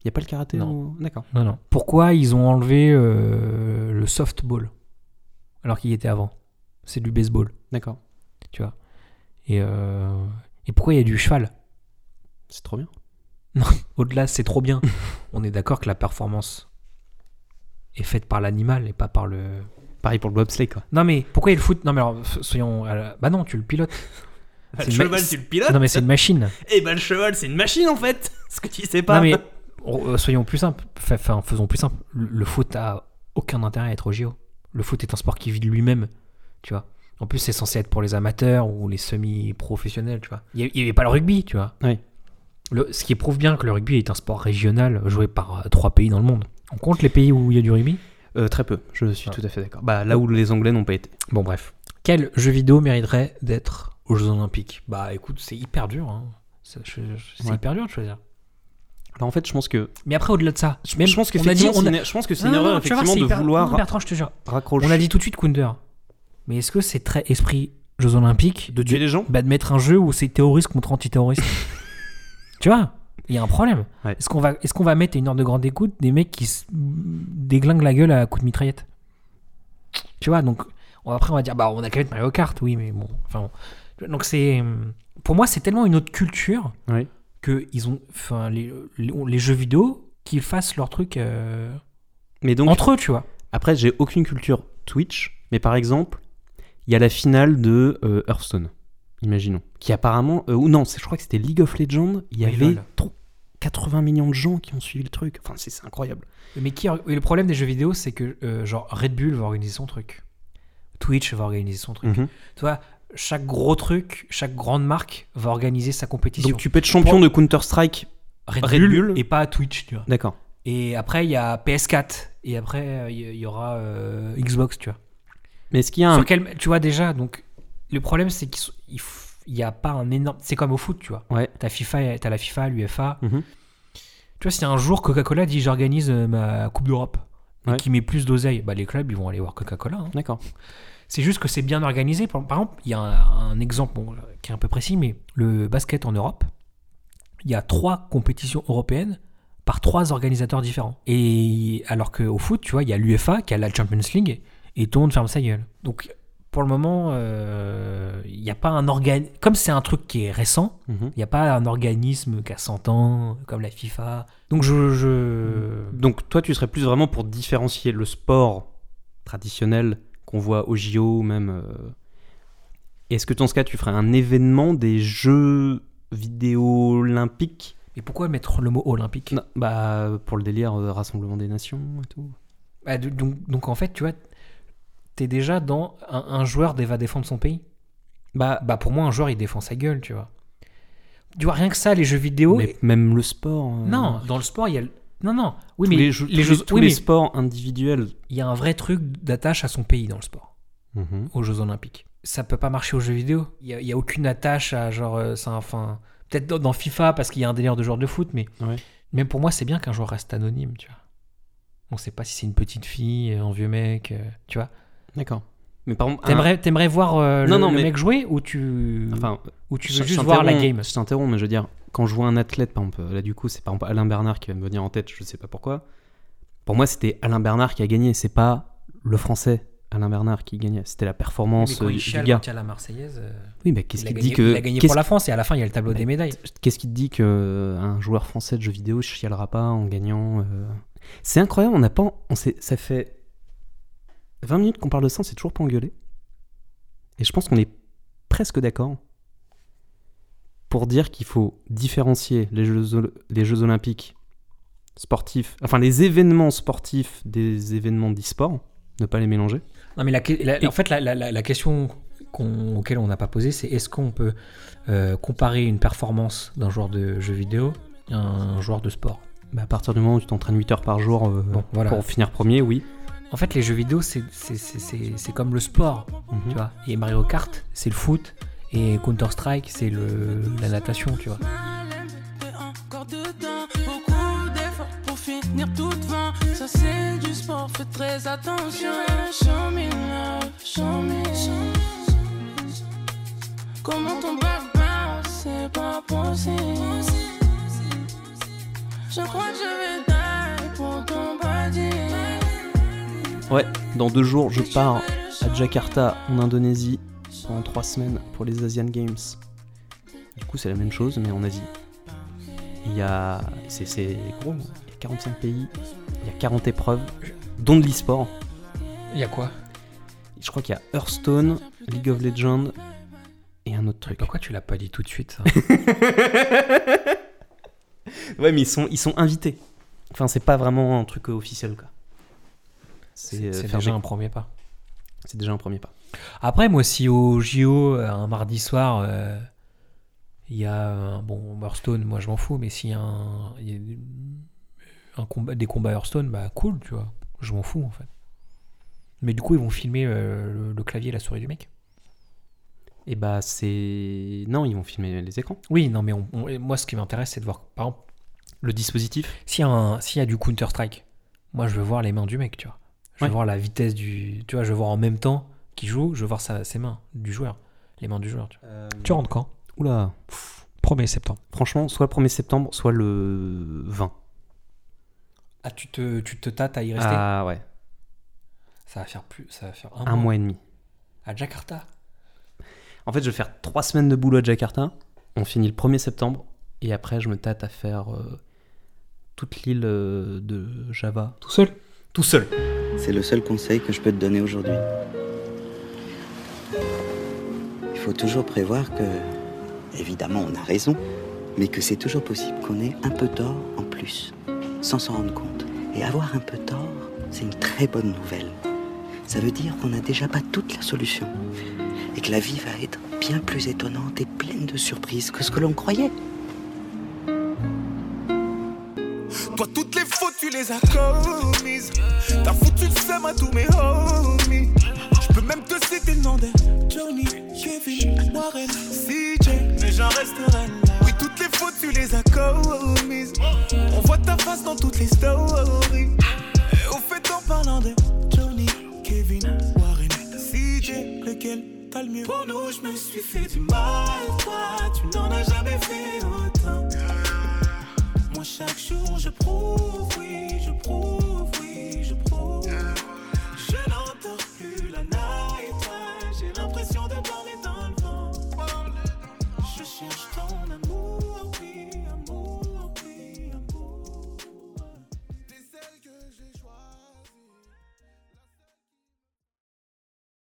S3: Il y a pas le karaté
S2: Non.
S3: au- D'accord.
S2: Non, non. Pourquoi ils ont enlevé euh, le softball alors qu'il y était avant C'est du baseball.
S3: D'accord.
S2: Et, euh, et pourquoi il y a du cheval
S3: C'est trop bien.
S2: Au-delà, c'est
S3: *laughs*
S2: trop bien. On est d'accord que la performance est faite par l'animal et pas par le.
S3: Pareil pour le bobsleigh quoi.
S2: Non mais pourquoi il y a le foot Non mais alors f- soyons. à la- Bah non, tu le pilotes. C'est une
S3: *laughs*
S2: ma-
S3: le pilote.
S2: Non mais c'est une machine.
S3: Et bah le cheval c'est une machine en fait. *laughs* Ce que tu sais
S2: Non mais euh, soyons plus simples. Fa- Enfin, faisons plus simple. Le, le foot a aucun intérêt à être au JO. Le foot est un sport qui vit de lui-même, tu vois. En plus, c'est censé être pour les amateurs ou les semi-professionnels, tu vois. Il n'y avait pas le rugby, tu vois.
S3: Oui.
S2: Le- ce qui prouve bien que le rugby est un sport régional joué par euh, trois pays dans le monde. On compte les pays où il y a du rugby
S3: Euh, très peu. Je suis
S2: Ah.
S3: tout à fait d'accord. Bah là où les Anglais n'ont pas été.
S2: Bon, bref. Quel jeu vidéo mériterait d'être aux Jeux Olympiques Bah écoute, c'est hyper dur. hein. C'est je- je- c'est
S3: Ouais.
S2: hyper dur de choisir.
S3: Alors Bah, en fait je pense que
S2: Mais après, au-delà de ça,
S3: je,
S2: même-
S3: je pense
S2: on a
S3: qu'effectivement
S2: dit- on
S3: c'est
S2: a-
S3: une- je pense que c'est
S2: Non,
S3: une
S2: non,
S3: erreur
S2: non, tu vas voir,
S3: effectivement
S2: c'est
S3: de
S2: hyper-
S3: vouloir
S2: Non, Bertrand, je te jure.
S3: raccrocher.
S2: On a dit tout de suite Kunder. Mais est-ce que c'est très esprit Jeux Olympiques
S3: de tuer les gens.
S2: bah, de mettre un jeu où c'est terroriste contre antiterroriste Tu vois Il y a un problème.
S3: Ouais.
S2: Est-ce qu'on va, est qu'on va mettre à une heure de grande écoute des mecs qui se déglinguent la gueule à coups de mitraillette Tu vois, donc on- après on va dire bah on a qu'à mettre Mario Kart, oui, mais bon. Enfin, bon. Tu vois, Donc c'est. Pour moi, c'est tellement une autre culture
S3: Oui.
S2: que ils ont, enfin, les, les, les jeux vidéo qu'ils fassent leur truc euh,
S3: Mais donc
S2: entre eux, tu vois.
S3: Après, j'ai aucune culture Twitch, mais par exemple, il y a la finale de euh, Hearthstone, imaginons, qui apparemment, euh, ou non, c'est- je crois que c'était League of Legends, il y
S2: Oui,
S3: avait
S2: lol.
S3: trop- 80 millions de gens qui ont suivi le truc. Enfin, c'est c'est incroyable.
S2: Mais qui, et le problème des jeux vidéo, c'est que euh, genre Red Bull va organiser son truc, Twitch va organiser son
S3: Mhm.
S2: truc. Tu vois, chaque gros truc, chaque grande marque va organiser sa compétition.
S3: Donc tu peux être champion de Counter Strike.
S2: Red,
S3: Red
S2: Bull,
S3: Bull.
S2: et pas Twitch, tu vois.
S3: D'accord.
S2: Et après il y a PS4 et après il y, y aura euh, Xbox, tu vois.
S3: Mais est-ce qu'il y a un...
S2: Sur quel, tu vois déjà, donc le problème c'est qu'il s- il f- il y a pas un énorme, c'est comme au foot, tu vois.
S3: Ouais.
S2: T'as FIFA, et- t'as la FIFA, l'UFA.
S3: Mhm.
S2: Tu vois, si un jour Coca-Cola dit j'organise euh, ma Coupe d'Europe, et
S3: Ouais.
S2: qui met plus d'oseille, bah les clubs ils vont aller voir Coca-Cola. hein.
S3: D'accord.
S2: C'est juste que c'est bien organisé. Par, par exemple, il y a un, un exemple bon, euh, qui est un peu précis, mais le basket en Europe, il y a trois compétitions européennes par trois organisateurs différents. Et alors qu'au foot, tu vois, il y a l'UEFA qui a la Champions League et tout le monde ferme sa gueule. Donc pour le moment, euh, il n'y a pas un organe. Comme c'est un truc qui est récent,
S3: Mhm.
S2: il n'y a pas un organisme qui a 100 ans, comme la FIFA. Donc je. je...
S3: Donc toi, tu serais plus vraiment pour différencier le sport traditionnel qu'on voit au JO, même. euh, Est-ce que dans ce cas, tu ferais un événement des Jeux vidéo olympiques
S2: Et pourquoi mettre le mot olympique
S3: Non, bah euh, pour le délire euh, rassemblement des nations et tout.
S2: Bah, de- donc, donc en fait, tu vois, t'es déjà dans un, un joueur dé- va défendre son pays. Bah, bah pour moi, un joueur il défend sa gueule, tu vois. Tu vois rien que ça, les jeux vidéo.
S3: Mais même le sport. euh,
S2: Non, dans le sport il y a. le- Non, non. Oui,
S3: tous
S2: mais
S3: les, jeux, tous les-
S2: jeux-
S3: tous
S2: oui,
S3: les
S2: mais
S3: sports individuels.
S2: il y a un vrai truc d'attache à son pays dans le sport, aux Jeux Olympiques. Ça peut pas marcher aux jeux vidéo. Il y a, il y a aucune attache à genre, euh, c'est un- enfin, peut-être dans, dans FIFA parce qu'il y a un délire de joueur de foot, mais
S3: Ouais.
S2: même pour moi, c'est bien qu'un joueur reste anonyme, tu vois. On sait pas si c'est une petite fille, un vieux mec, euh, tu vois.
S3: D'accord. Mais par exemple, un-
S2: T'aimerais, t'aimerais voir euh,
S3: Non,
S2: le,
S3: non,
S2: le
S3: mais-
S2: mec jouer ou tu,
S3: enfin,
S2: ou tu
S3: je-
S2: veux
S3: je
S2: juste voir la
S3: t'interromps-
S2: game
S3: Je t'interromps, mais je veux dire, quand je vois un athlète, par exemple, là du coup, c'est par exemple Alain Bernard qui va me venir en tête, je sais pas pourquoi. Pour moi, c'était Alain Bernard qui a gagné, c'est pas le français Alain Bernard qui gagnait, c'était la performance euh, du, du gars.
S2: la Marseillaise, euh,
S3: Oui, mais qu'est-ce
S2: il, a
S3: qui te
S2: gagné,
S3: dit que.
S2: il a gagné
S3: qu'est-ce-
S2: pour la France et à la fin il y a le tableau
S3: Mais-
S2: des médailles.
S3: Qu'est-ce qui te dit que euh, un joueur français de jeux vidéo chialera pas en gagnant euh C'est incroyable, on n'a pas, on s'est- ça fait 20 minutes qu'on parle de ça, on s'est toujours pas engueulé. Et je pense qu'on est presque d'accord pour dire qu'il faut différencier les Jeux, Ol- les Jeux Olympiques sportifs, enfin les événements sportifs des événements d'e-sport, ne pas les mélanger.
S2: Non, mais la, que- la- en fait, la, la- la- la question qu'on- auquel on n'a pas posé, c'est est-ce qu'on peut euh, comparer une performance d'un joueur de jeu vidéo à un joueur de sport
S3: Bah, à partir du moment où tu t'entraînes 8 heures par jour euh,
S2: Bon, voilà.
S3: pour finir premier, oui.
S2: En fait, les jeux vidéo, c'est- c'est c'est- c'est- c'est comme le sport,
S3: Mhm.
S2: tu vois. Et Mario Kart, c'est le foot. Et Counter-Strike, c'est le- la natation, tu vois.
S5: T'es encore dedans, beaucoup d'efforts pour finir toute fin. Ça c'est du sport, fais très attention. Show me love, show me. Comment ton bac passe, c'est pas possible. Je crois que je vais die pour ton body.
S3: Ouais, dans deux jours, je pars à Jakarta, en Indonésie, pendant trois semaines pour les Asian Games. Du coup, c'est la même chose, mais en Asie. Il y a. C'est c'est gros, hein. il y a 45 pays, il y a 40 épreuves, dont de l'e-sport.
S2: Il y a quoi
S3: Je crois qu'il y a Hearthstone, League of Legends et un autre truc.
S2: Pourquoi tu l'as pas dit tout de suite, ça
S3: Ouais, mais ils sont, ils sont invités. Enfin, c'est pas vraiment un truc euh, officiel, quoi. C'est euh,
S2: C'est
S3: faire
S2: déjà
S3: des-
S2: un premier pas.
S3: c'est déjà un premier pas.
S2: Après, moi, si au JO, euh, un mardi soir, euh, il y a un, bon Hearthstone, moi je m'en fous, mais s'il y a, un, il y a des- un combat, des combats Hearthstone, bah cool, tu vois, je m'en fous en fait. Mais du coup, ils vont filmer euh, le, le clavier et la souris du mec.
S3: Et bah, c'est. Non, ils vont filmer les écrans.
S2: Oui, non, mais on- on- et moi, ce qui m'intéresse, c'est de voir, par exemple,
S3: Le dispositif
S2: s'il y, a un- s'il y a du Counter Strike, moi je veux voir les mains du mec, tu vois. Je veux
S3: Ouais.
S2: voir la vitesse du, tu vois, je veux voir en même temps qu'il joue, je veux voir sa- ses mains du joueur, les mains du joueur. Tu, vois. tu rentres quand
S3: Oula
S2: 1er septembre.
S3: Franchement, soit le 1er septembre, soit le 20.
S2: Ah, tu te, tu te tâtes à y rester
S3: Ah ouais,
S2: Ça va faire plus, ça va faire un,
S3: un
S2: mois.
S3: mois et demi.
S2: À Jakarta
S3: En fait, je vais faire trois semaines de boulot à Jakarta. On finit le 1er septembre. Et après, je me tâte à faire euh, toute l'île euh, de Java.
S2: Tout seul
S3: Tout seul.
S6: C'est le seul conseil que je peux te donner aujourd'hui. Il faut toujours prévoir que, évidemment, on a raison, mais que c'est toujours possible qu'on ait un peu tort en plus, sans s'en rendre compte. Et avoir un peu tort, c'est une très bonne nouvelle. Ça veut dire qu'on n'a déjà pas toute la solution, et que la vie va être bien plus étonnante et pleine de surprises que ce que l'on croyait.
S7: Toi, toutes les fautes, tu les as commises. T'as foutu le seum à tous mes homies. Je peux même te citer le nom de Johnny, Kevin, Warren, CJ. Mais j'en resterai là. Oui, toutes les fautes, tu les as commises. On voit ta face dans toutes les stories. Et au fait, en parlant de Johnny, Kevin, Warren, CJ, lequel t'as le mieux Pour nous, je me suis fait du mal. Toi, tu n'en as jamais fait autant.